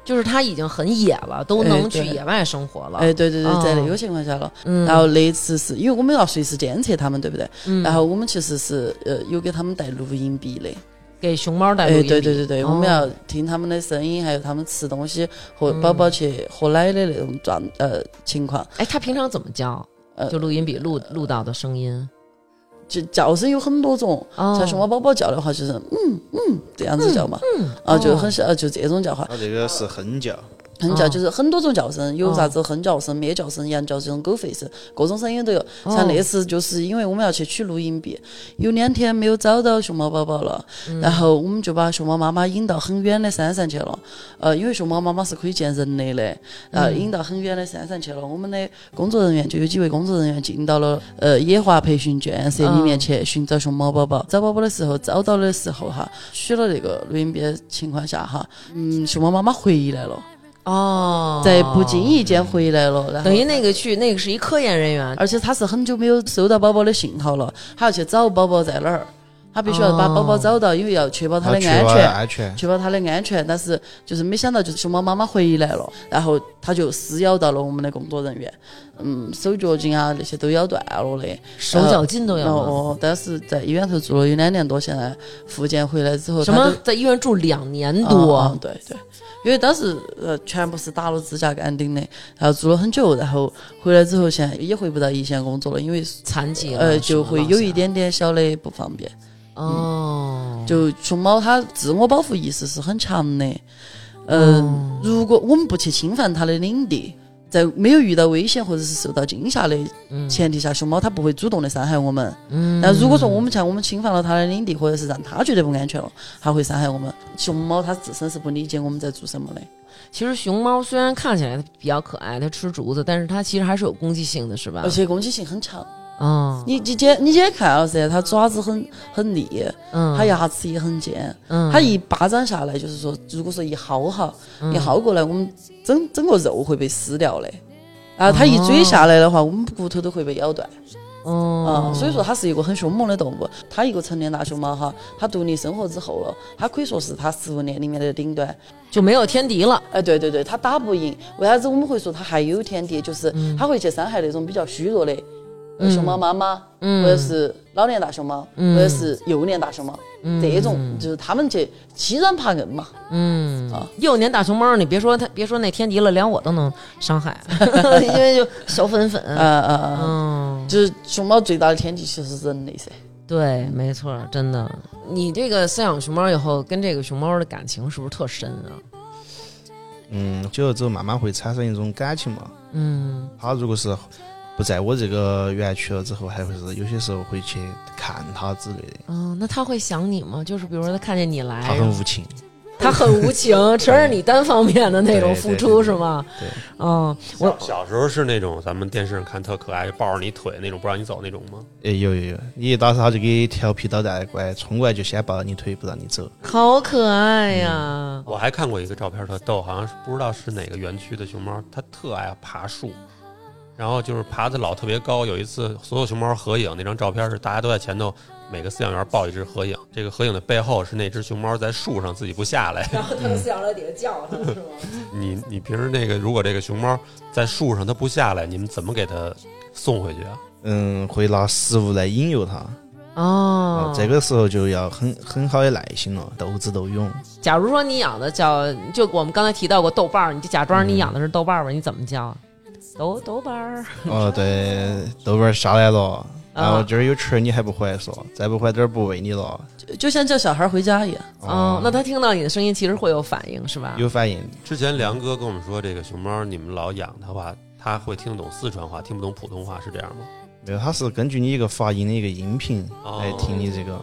[SPEAKER 2] 就是它已经很野了，都能
[SPEAKER 5] 哎
[SPEAKER 2] 去
[SPEAKER 5] 对
[SPEAKER 2] 野外生活了。
[SPEAKER 5] 哎，对对对，在那
[SPEAKER 2] 哦
[SPEAKER 5] 个情况下了。
[SPEAKER 2] 嗯，
[SPEAKER 5] 然后那一次是因为我们要随时监测他们，对不对？
[SPEAKER 2] 嗯
[SPEAKER 5] 然后我们其实是呃有给他们带录音笔的。
[SPEAKER 2] 给熊猫带
[SPEAKER 5] 哎
[SPEAKER 2] 录，音笔
[SPEAKER 5] 对对对对，我们要
[SPEAKER 2] 哦
[SPEAKER 5] 听他们的声音，还有他们吃东西和
[SPEAKER 2] 嗯
[SPEAKER 5] 宝宝去喝奶的那种状呃情况。
[SPEAKER 2] 哎，它平常怎么教？
[SPEAKER 5] 呃
[SPEAKER 2] 就录音笔录录到的声音。
[SPEAKER 5] 就叫声有很多种，
[SPEAKER 2] 哦
[SPEAKER 5] 像熊猫宝宝叫的话就是嗯嗯这样子叫嘛，啊就很像呃就这种叫法，
[SPEAKER 8] 它这个是哼叫，
[SPEAKER 5] 哼
[SPEAKER 2] 哦
[SPEAKER 5] 叫就是很多种叫声，有
[SPEAKER 2] 哦
[SPEAKER 5] 啥子哼叫声、咩叫声、羊叫声、狗吠声，各种声音都有。像那次就是因为我们要去取录音笔，有两天没有找到熊猫宝宝了，然后我们就把熊猫妈妈引到很远的山上去了。呃，因为熊猫妈妈是可以见人类的，然后引到很远的山上去了。我们的工作人员就有几位工作人员进到了呃野化培训圈舍里面去寻找熊猫宝宝。找宝宝的时候，找到的时候哈，取了那个录音笔的情况下哈，嗯，熊猫妈妈回来了。
[SPEAKER 2] 哦，嗯
[SPEAKER 5] 在不经意间回来了，然后
[SPEAKER 2] 等于那个去那个是一科研人员，
[SPEAKER 5] 而且他是很久没有收到宝宝的信号了，他要去找宝宝在哪儿，他必须要把
[SPEAKER 2] 哦
[SPEAKER 5] 宝宝找到，因为要确保他的
[SPEAKER 8] 它
[SPEAKER 5] 安
[SPEAKER 8] 确保
[SPEAKER 5] 全。
[SPEAKER 8] 安全。
[SPEAKER 5] 确保他的安全，但是就是没想到，就是熊猫妈妈回来了，然后他就撕咬到了我们的工作人员，嗯，手脚筋啊那些都咬断了的，
[SPEAKER 2] 手脚筋都有
[SPEAKER 5] 然后
[SPEAKER 2] 了。
[SPEAKER 5] 哦，但是在医院头住了有两年多，现在复健回来之后，
[SPEAKER 2] 什
[SPEAKER 5] 他
[SPEAKER 2] 么
[SPEAKER 5] 都
[SPEAKER 2] 在医院住两年
[SPEAKER 5] 啊
[SPEAKER 2] 多
[SPEAKER 5] 啊，对对，因为当时呃全部是打了指甲干钉的，然后住了很久，然后回来之后现在也回不到一线工作了，因为
[SPEAKER 2] 残疾了
[SPEAKER 5] 呃就会有一
[SPEAKER 2] 什么
[SPEAKER 5] 点点小的不方便。
[SPEAKER 2] 老乡哦，
[SPEAKER 5] 就熊猫它自我保护意识是很强的，
[SPEAKER 2] 哦
[SPEAKER 5] 嗯，如果我们不去侵犯它的领地。在没有遇到危险或者是受到惊吓的
[SPEAKER 2] 嗯
[SPEAKER 5] 前提下，熊猫它不会主动的伤害我们。嗯，那如果说我们像我们侵犯了它的领地，或者是让它觉得不安全了，它会伤害我们。熊猫它自身是不理解我们在做什么的。
[SPEAKER 2] 其实熊猫虽然看起来比较可爱，它吃竹子，但是它其实还是有攻击性的，是吧
[SPEAKER 5] 而？且攻击性很强。
[SPEAKER 2] 嗯
[SPEAKER 5] 你你今天你今天看了啊噻，它爪子很很利，
[SPEAKER 2] 嗯，
[SPEAKER 5] 它牙齿也很尖，
[SPEAKER 2] 嗯嗯
[SPEAKER 5] 它一巴掌下来，就是说，如果说一薅哈，一薅过来，我们整整个肉会被撕掉的。然后它
[SPEAKER 2] 哦
[SPEAKER 5] 一追下来的话，我们骨头都会被咬断啊、
[SPEAKER 2] 哦，
[SPEAKER 5] 所以说它是一个很凶猛的动物。它一个成年大熊猫哈，它独立生活之后了，它可以说是它食物链里面的顶端。
[SPEAKER 2] 就没有天敌了。
[SPEAKER 5] 哎，对对对，它打不赢。为啥子我们会说它还有天敌？就是
[SPEAKER 2] 嗯
[SPEAKER 5] 它会去伤害那种比较虚弱的呃熊猫妈妈，
[SPEAKER 2] 嗯
[SPEAKER 5] 或者是老年大熊猫，或者是幼年大熊猫，这种就是它们去欺软怕硬嘛。嗯啊
[SPEAKER 2] 幼年大熊猫，你别说它，别说那天敌了，连我都能伤 害，因为就小粉粉。
[SPEAKER 5] 呃呃，呃
[SPEAKER 2] 嗯，
[SPEAKER 5] 就是熊猫最大的天敌其实是人类噻。
[SPEAKER 2] 对，没错，真的。你这个饲养熊猫以后，跟这个熊猫的感情是不是特深啊？
[SPEAKER 8] 嗯，久了之后慢慢会产生一种感情嘛。
[SPEAKER 2] 嗯，
[SPEAKER 8] 它如果是不在我这个园区了之后，还会是有些时候会去看它之类的。
[SPEAKER 2] 嗯，那它会想你吗？就是比如说它看见你来，
[SPEAKER 8] 它很无情，
[SPEAKER 2] 他很无情，全是你单方面的那种付出，
[SPEAKER 8] 对对对
[SPEAKER 2] 是吗？
[SPEAKER 8] 对，
[SPEAKER 2] 嗯，我
[SPEAKER 3] 小小时候是那种咱们电视上看特可爱，抱着你腿那种不让你走那种吗？
[SPEAKER 8] 哎，有有有，你一到时候他就给你调皮捣蛋的过来，冲过来就先抱着你腿不让你走。
[SPEAKER 2] 好可爱呀！
[SPEAKER 3] 我还看过一个照片特逗，好像是不知道是哪个园区的熊猫，它特爱爬树，然后就是爬的老特别高。有一次所有熊猫合影，那张照片是大家都在前头，每个饲养员抱一只合影，这个合影的背后是那只熊猫在树上自己不下来。
[SPEAKER 8] 嗯
[SPEAKER 2] 然后 他们饲养在底下叫他，是吗？
[SPEAKER 3] 你你平时那个如果这个熊猫在树上它不下来，你们怎么给它送回去啊？
[SPEAKER 8] 嗯，会拿食物来引诱它， 啊
[SPEAKER 2] 哦，
[SPEAKER 8] 这个时候就要很很好的耐心了，斗智斗 勇。
[SPEAKER 2] 假如说你养的叫，就我们刚才提到过豆瓣儿，你就假装
[SPEAKER 8] 嗯
[SPEAKER 2] 你养的是豆瓣儿吧，你怎么叫啊？豆豆瓣儿，
[SPEAKER 8] 哦，对，豆瓣儿下来了，然后
[SPEAKER 2] 啊
[SPEAKER 8] 今儿有吃儿你还不回来说，再不回来点儿不喂你了。
[SPEAKER 5] 就就像叫小孩回家一样。
[SPEAKER 2] 哦，那他听到你的声音其实会有反应，是吧？
[SPEAKER 8] 有反应，
[SPEAKER 3] 之前梁哥跟我们说，这个熊猫你们老养它吧，它会听得懂四川话，听不懂普通话，是这样吗？
[SPEAKER 8] 没有，呃它是根据你一个发音的一个音频
[SPEAKER 3] 哦
[SPEAKER 8] 来听你这个。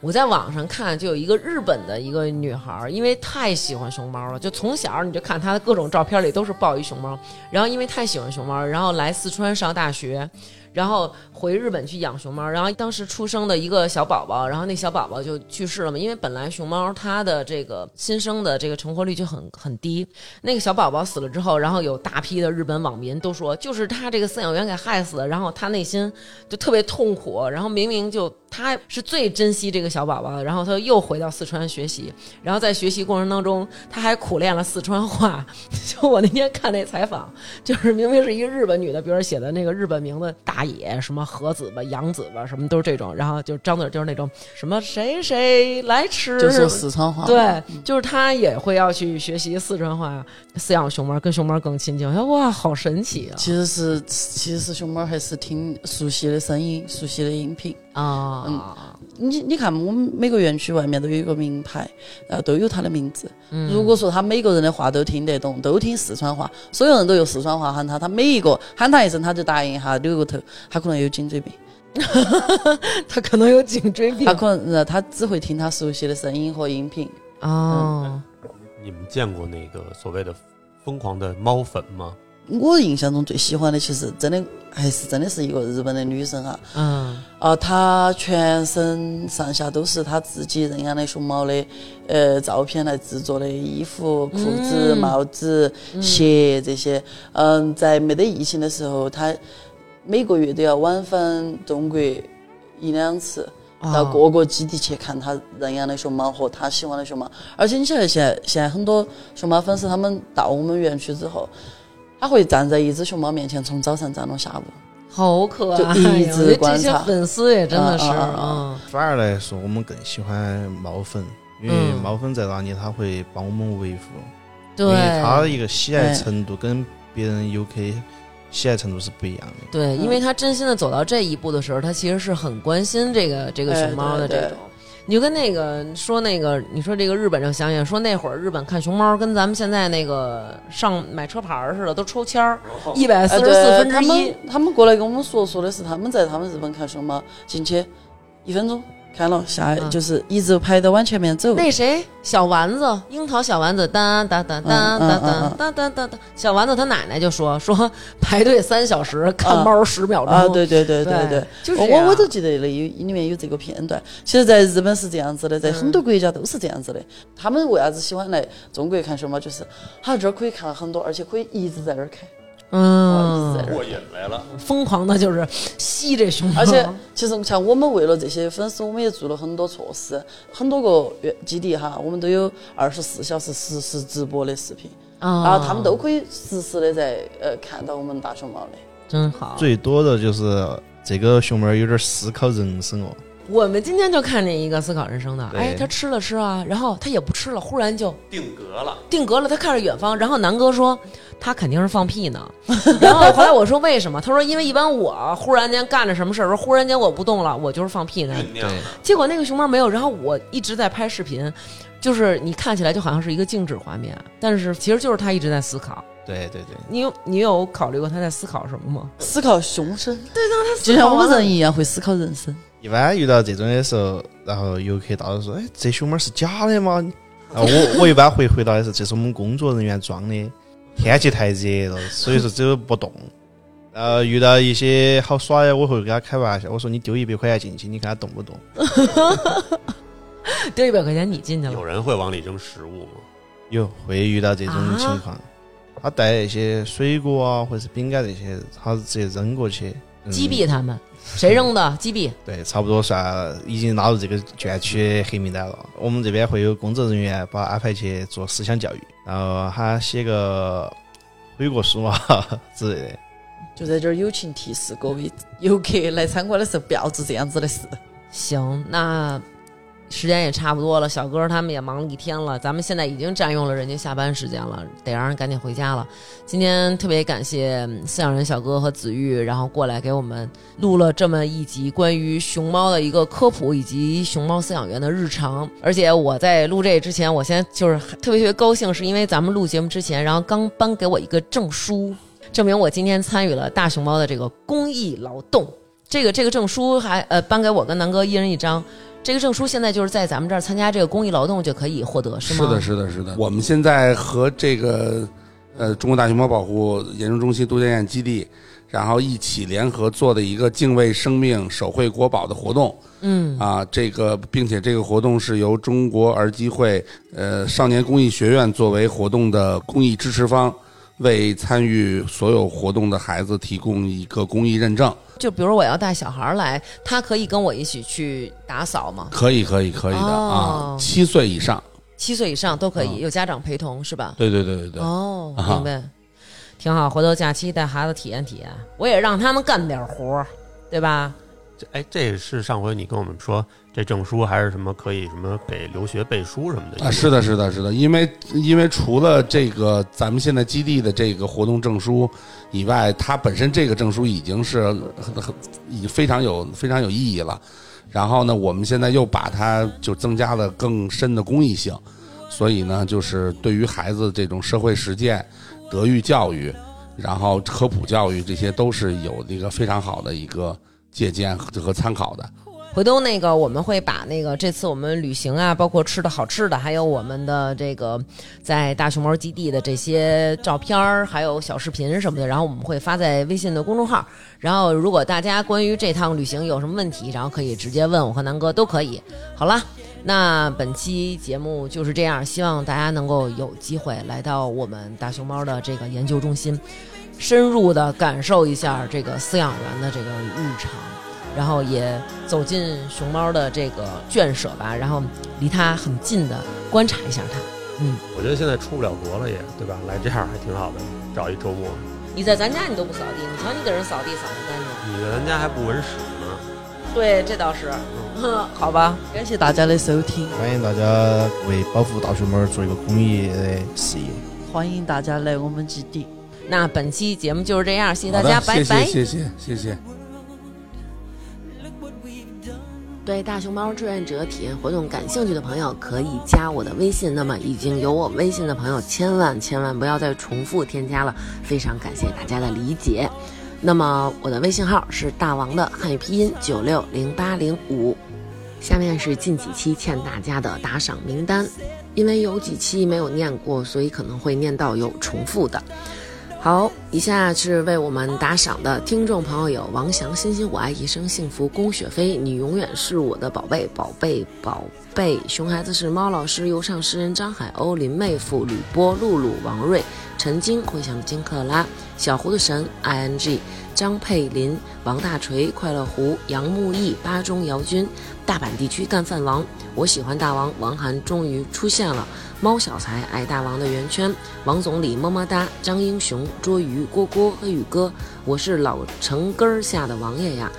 [SPEAKER 2] 我在网上看，就有一个日本的一个女孩儿，因为太喜欢熊猫了，就从小你就看她的各种照片里都是抱一熊猫，然后因为太喜欢熊猫，然后来四川上大学，然后回日本去养熊猫，然后当时出生的一个小宝宝，然后那小宝宝就去世了嘛，因为本来熊猫它的这个新生的这个成活率就很很低，那个小宝宝死了之后，然后有大批的日本网民都说，就是他这个饲养员给害死的，然后他内心就特别痛苦，然后明明就他是最珍惜这个小宝宝的，然后他又回到四川学习，然后在学习过程当中，他还苦练了四川话。就 我那天看那采访，就是明明是一个日本女的，比如说写的那个日本名字大野什么和子吧、洋子吧，什么都是这种，然后就张嘴就是那种什么谁谁来吃，
[SPEAKER 5] 就说四川话，啊嗯
[SPEAKER 2] 对，就是他也会要去学习四川话，饲养熊猫，跟熊猫更亲近。我说哇，好神奇啊
[SPEAKER 5] 其实是其实熊猫还是挺熟悉的声音，熟悉的音频。
[SPEAKER 2] 啊！
[SPEAKER 5] 嗯
[SPEAKER 2] 啊，
[SPEAKER 5] 你你看，我们每个园区外面都有一个名牌，然后都有它的名字。
[SPEAKER 2] 嗯
[SPEAKER 5] 如果说他每个人的话都听得懂，都听四川话，所有人都有四川话喊他，他每一个喊他一声，他就答应一下，扭个头，他可能有颈椎病，
[SPEAKER 2] 他可能有颈椎病
[SPEAKER 5] 他嗯可能呃他只会听他熟悉的声音和音频。
[SPEAKER 2] 哦。
[SPEAKER 5] 嗯
[SPEAKER 3] 你们见过那个所谓的疯狂的猫粉吗？
[SPEAKER 5] 我印象中最喜欢的，其实真的还是真的是一个日本的女生啊，
[SPEAKER 2] 嗯
[SPEAKER 5] 啊，她全身上下都是她自己认养的熊猫的呃照片来制作的衣服、裤子、
[SPEAKER 2] 嗯
[SPEAKER 5] 帽子、鞋这些。嗯，在没得疫情的时候，她每个月都要往返中国一两次。
[SPEAKER 2] 哦啊
[SPEAKER 5] 到各个基地去看他认养的熊猫和他喜欢的熊猫。而且你晓得，现在现在很多熊猫粉丝他们到我们园区之后，他会站在一只熊猫面前，从早上站到下午。
[SPEAKER 2] 好可爱呀！
[SPEAKER 5] 就一直
[SPEAKER 2] 我觉得这
[SPEAKER 5] 观
[SPEAKER 2] 些
[SPEAKER 5] 察
[SPEAKER 2] 粉丝也真的是，
[SPEAKER 5] 啊啊啊
[SPEAKER 2] 嗯
[SPEAKER 8] 反而来说，我们更喜欢猫粉，因为
[SPEAKER 2] 嗯
[SPEAKER 8] 猫粉在哪里，它会帮我们维护，因
[SPEAKER 2] 对
[SPEAKER 8] 为它的一个喜爱程度跟别人 UK 喜爱程度是不一样的。
[SPEAKER 5] 嗯
[SPEAKER 2] 对，因为他真心的走到这一步的时候，他其实是很关心这个这个熊猫的这
[SPEAKER 5] 哎对
[SPEAKER 2] 种。你就跟那个说那个，你说这个日本正想想说那会儿日本看熊猫跟咱们现在那个上买车牌儿似的，都抽签儿，一百四
[SPEAKER 5] 哎
[SPEAKER 2] 十
[SPEAKER 5] 对
[SPEAKER 2] 四分
[SPEAKER 5] 他
[SPEAKER 2] 之一
[SPEAKER 5] 们。他们过来跟我们说说的是他们在他们日本看熊猫，进去一分钟看了，下
[SPEAKER 2] 嗯
[SPEAKER 5] 就是一直排到往前面走。
[SPEAKER 2] 那谁小丸子，樱桃小丸子，当当当
[SPEAKER 5] 嗯
[SPEAKER 2] 当当当当当当，小丸子他奶奶就说说排队三小时看猫十秒钟
[SPEAKER 5] 啊，对对对
[SPEAKER 2] 对
[SPEAKER 5] 对对，
[SPEAKER 2] 就是
[SPEAKER 5] 我
[SPEAKER 2] 这样
[SPEAKER 5] 我我都记得了，有里面有这个片段。其实，在日本是这样子的，在
[SPEAKER 2] 嗯
[SPEAKER 5] 很多国家都是这样子的。他们为啥子喜欢来中国看熊猫？就是他这儿可以看很多，而且可以一直在那儿看，啊一
[SPEAKER 2] 嗯
[SPEAKER 5] 直在，那儿
[SPEAKER 7] 过
[SPEAKER 5] 看。
[SPEAKER 7] 瘾来了，
[SPEAKER 2] 疯狂的就是吸这熊猫，
[SPEAKER 5] 而且，其实像我们为了这些粉丝，我们也做了很多措施，很多个园基地哈，我们都有二十四小时实时直播的视频，然
[SPEAKER 2] 啊
[SPEAKER 5] 后他们都可以实时的在呃看到我们大熊猫的。
[SPEAKER 2] 真好。
[SPEAKER 8] 最多的就是这个熊猫有点思考人生哦，
[SPEAKER 2] 我们今天就看见一个思考人生的，
[SPEAKER 8] 对
[SPEAKER 2] 哎，他吃了吃啊，然后他也不吃了，忽然就
[SPEAKER 7] 定格了。
[SPEAKER 2] 定格了，他看着远方，然后南哥说他肯定是放 屁呢，然后后来我说为什么？他说因为一般我忽然间干着什么事儿，说忽然间我不动了，我就是放屁呢。
[SPEAKER 7] 酝酿的，
[SPEAKER 2] 结果那个熊猫没有，然后我一直在拍视频，就是你看起来就好像是一个静止画面，但是其实就是他一直在思考。
[SPEAKER 8] 对对对，
[SPEAKER 2] 你有你有考虑过他在思考什么吗？
[SPEAKER 5] 思考熊生，对，让他就像我们人一样会思考人生。
[SPEAKER 8] 一般遇到这种的时候，然后游客到时候说：“哎，这熊猫是假的吗？啊，我我一般会回答的是，这是我们工作人员装的，天气太热了，所以说走不动。呃，遇到一些好耍的，我会跟他开玩笑，我说你丢一百块钱进去，你看他动不动？
[SPEAKER 2] 丢一百块钱你进去了
[SPEAKER 3] 有，人会往里扔食物吗？
[SPEAKER 8] 有会遇到这种
[SPEAKER 2] 啊
[SPEAKER 8] 情况，他带一些水果啊或者是饼干这些，他直接扔过去。嗯
[SPEAKER 2] 击毙他们，谁扔的？击毙。
[SPEAKER 8] 对，差不多算已经纳入这个卷区黑名单了。我们这边会有工作人员把他安排去做思想教育，然后他写个悔过书啊 之类的。
[SPEAKER 5] 就在这儿友情提示各位 游客来参观的时候，不要做这样子的事。
[SPEAKER 2] 行，那时间也差不多了，小哥他们也忙了一天了，咱们现在已经占用了人家下班时间了，得让人赶紧回家了。今天特别感谢嗯饲养人小哥和子玉，然后过来给我们录了这么一集关于熊猫的一个科普，以及熊猫饲养员的日常。而且我在录这之前，我先就是特别特别高兴，是因为咱们录节目之前，然后刚颁给我一个证书，证明我今天参与了大熊猫的这个公益劳动。这个这个证书还呃颁给我跟南哥一人一张。这个证书现在就是在咱们这儿参加这个公益劳动就可以获得，是吗？
[SPEAKER 4] 的，是的，是的。我们现在和这个呃中国大熊猫保护研究中心都江堰基地，然后一起联合做的一个敬畏生命、守护国宝的活动。嗯啊，这个并且这个活动是由中国儿基会呃少年公益学院作为活动的公益支持方。为参与所有活动的孩子提供一个公益认证，
[SPEAKER 2] 就比如我要带小孩儿来，他可以跟我一起去打扫吗？
[SPEAKER 4] 可以，可以，可以的、
[SPEAKER 2] 哦
[SPEAKER 4] 啊，七岁以上，
[SPEAKER 2] 七岁以上都可以，有家长陪同是吧？
[SPEAKER 4] 对对对对嗯对，
[SPEAKER 2] 哦，
[SPEAKER 4] 啊
[SPEAKER 2] 明白，挺好。回头假期带孩子体验体验，我也让他们干点活儿，对吧？
[SPEAKER 3] 这哎，这是上回你跟我们说这证书还是什么可以什么给留学背书什么的
[SPEAKER 4] 啊，是的，是的，是的，因为因为除了这个咱们现在基地的这个活动证书以外，它本身这个证书已经是很很已经非常有非常有意义了。然后呢，我们现在又把它就增加了更深的公益性，所以呢，就是对于孩子这种社会实践、德育教育，然后科普教育，这些都是有一个非常好的一个借鉴和和参考的。
[SPEAKER 2] 回头那个我们会把那个这次我们旅行啊，包括吃的好吃的，还有我们的这个在大熊猫基地的这些照片儿，还有小视频什么的，然后我们会发在微信的公众号。然后如果大家关于这趟旅行有什么问题，然后可以直接问我和南哥都可以。好了，那本期节目就是这样，希望大家能够有机会来到我们大熊猫的这个研究中心，深入的感受一下这个饲养员的这个日常。然后也走进熊猫的这个圈舍吧，然后离它很近的观察一下它。
[SPEAKER 3] 我觉得现在出不了国了也，对吧？来这样还挺好的，找一周末。
[SPEAKER 2] 你在咱家你都不扫地，你瞧你给人扫地扫的干净。
[SPEAKER 3] 你在咱家还不闻屎呢，
[SPEAKER 2] 对，这倒是， 好吧。
[SPEAKER 5] 感谢大家的收听，
[SPEAKER 8] 欢迎大家为保护大熊猫做一个公益的事业。
[SPEAKER 5] 欢迎大家来我们基地。
[SPEAKER 2] 那本期节目就是这样，谢谢大
[SPEAKER 4] 好的
[SPEAKER 2] 家，拜拜。
[SPEAKER 4] 谢谢，谢谢，谢谢。
[SPEAKER 1] 对大熊猫志愿者体验活动感兴趣的朋友，可以加我的微信。那么已经有我微信的朋友，千万千万不要再重复添加了，非常感谢大家的理解。那么我的微信号是大王的汉语拼音九六零八零五。下面是近几期欠大家的打赏名单，因为有几期没有念过，所以可能会念到有重复的。好，以下是为我们打赏的听众朋友有王翔、欣欣、我爱一生幸福、龚雪飞，你永远是我的宝贝，宝贝，宝贝。熊孩子是猫老师、游唱诗人张海鸥、林妹夫、吕波、露露、王瑞、陈晶、会想金克拉、小胡子神、ing、张佩林、王大锤、快乐胡、杨木易、巴中姚军、大阪地区干饭王、我喜欢大王王涵终于出现了。猫小才爱大王的圆圈，王总理么么哒，张英雄捉鱼郭郭黑羽哥，我是老城根儿下的王爷呀，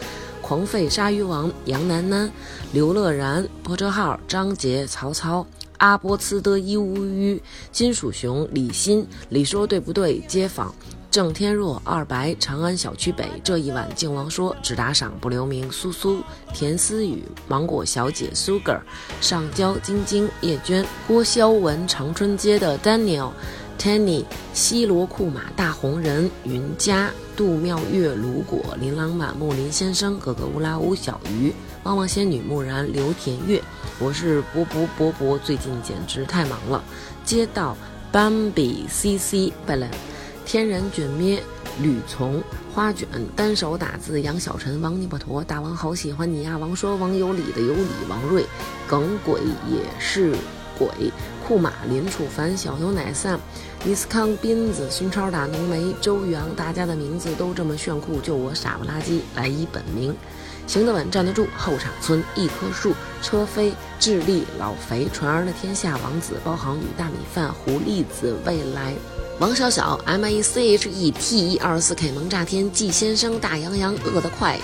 [SPEAKER 1] 狂吠鲨鱼王杨楠楠，刘乐然破车号张杰曹操阿波茨的伊乌吁金属熊李欣李说对不对街坊。郑天若、二白、长安小区北，这一晚靖王说只打赏不留名。苏苏、田思雨、芒果小姐、Sugar、上交、晶晶、叶娟、郭潇文、长春街的 Daniel、Tanny、西罗库玛、大红人、云佳、
[SPEAKER 2] 杜妙月、鲁果、琳琅满目、林先生、格格乌拉乌、小鱼、旺旺仙女、木然、刘田月。我是博博博博，最近简直太忙了。街道 Bambi、C C、贝伦、天然卷咩、吕从、花卷、单手打字、杨小晨、王尼巴陀、大王好喜欢你呀、王说王有理的有理、王瑞、耿鬼也是鬼、库马、林楚凡、小牛奶 Sam、尼斯康、斌子、孙超、大浓眉、周宇昂，大家的名字都这么炫酷，就我傻不拉几，来一本名。行得稳，站得住。后场村，一棵树，车飞，智利，老肥，传儿的天下，王子，包航宇，大米饭，狐狸子，未来，王小小，M A C H E T E 二十四 K 萌炸天，季先生，大洋洋，饿得快，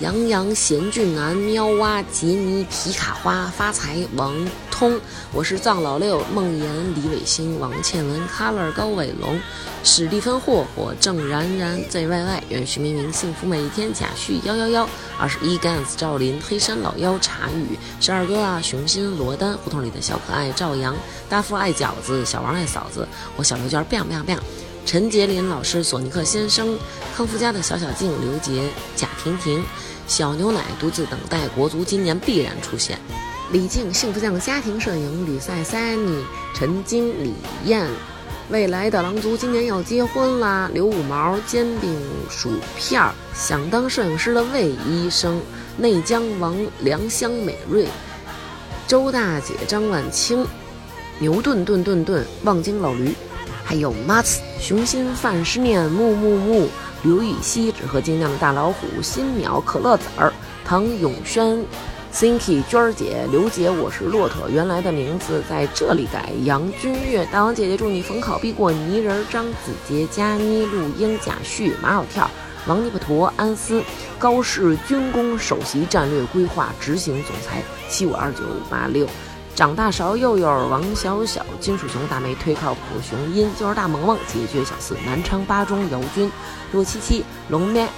[SPEAKER 2] 杨洋、贤俊南、喵蛙、杰尼、皮卡花、发财、王通，我是藏老六、梦妍、李伟星、王倩文、Color、高伟龙、史蒂芬霍霍、郑然然、ZYY、愿徐明明幸福每一天、贾旭幺幺幺、二十一 Gans、赵林、黑山老妖、茶语、十二哥啊、熊心、罗丹、胡同里的小可爱、赵阳、大富爱饺子、小王爱嫂子、我小刘娟，biang biang biang。陈杰林老师、索尼克先生、康夫家的小小静、刘杰、贾婷婷、小牛奶独自等待国足今年必然出现。李静、幸福酱、家庭摄影、吕赛、Sunny、陈晶、李艳、未来的狼族今年要结婚啦！刘五毛、煎饼薯片儿、想当摄影师的魏医生、内江王、良香美瑞、周大姐、张万清、牛顿顿顿顿、望京老驴，还有 Mats、熊心、范诗念、木木木、刘禹锡、纸鹤精酿大老虎、新淼、可乐籽儿、唐永轩、Cinky、娟儿姐、刘姐，我是骆驼，原来的名字在这里改。杨君月，大王姐姐，祝你逢考必过。泥人儿张子杰、佳妮、陆英、贾旭、马小跳、王尼巴陀、安思、高氏军工首席战略规划执行总裁，七五二九五八六。长大勺幼幼王小小金属熊大梅忒靠谱熊音就是大萌萌解决小四南昌八中姚军若七七龙咩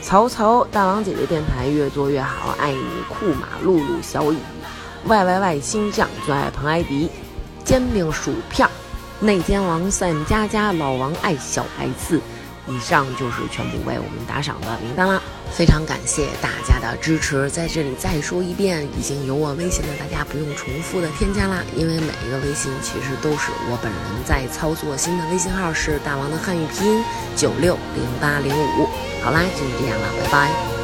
[SPEAKER 2] 曹操大王姐姐电台越做越好，爱你库马露露小雨，Y Y Y 星象最爱彭艾迪，煎饼薯片儿，内奸王 Sam 佳佳老王爱小爱四。以上就是全部为我们打赏的名单啦，非常感谢大家的支持。在这里再说一遍，已经有我微信的大家不用重复的添加啦，因为每一个微信其实都是我本人在操作。新的微信号是大王的汉语拼音九六零八零五。好啦，就是这样了，拜拜。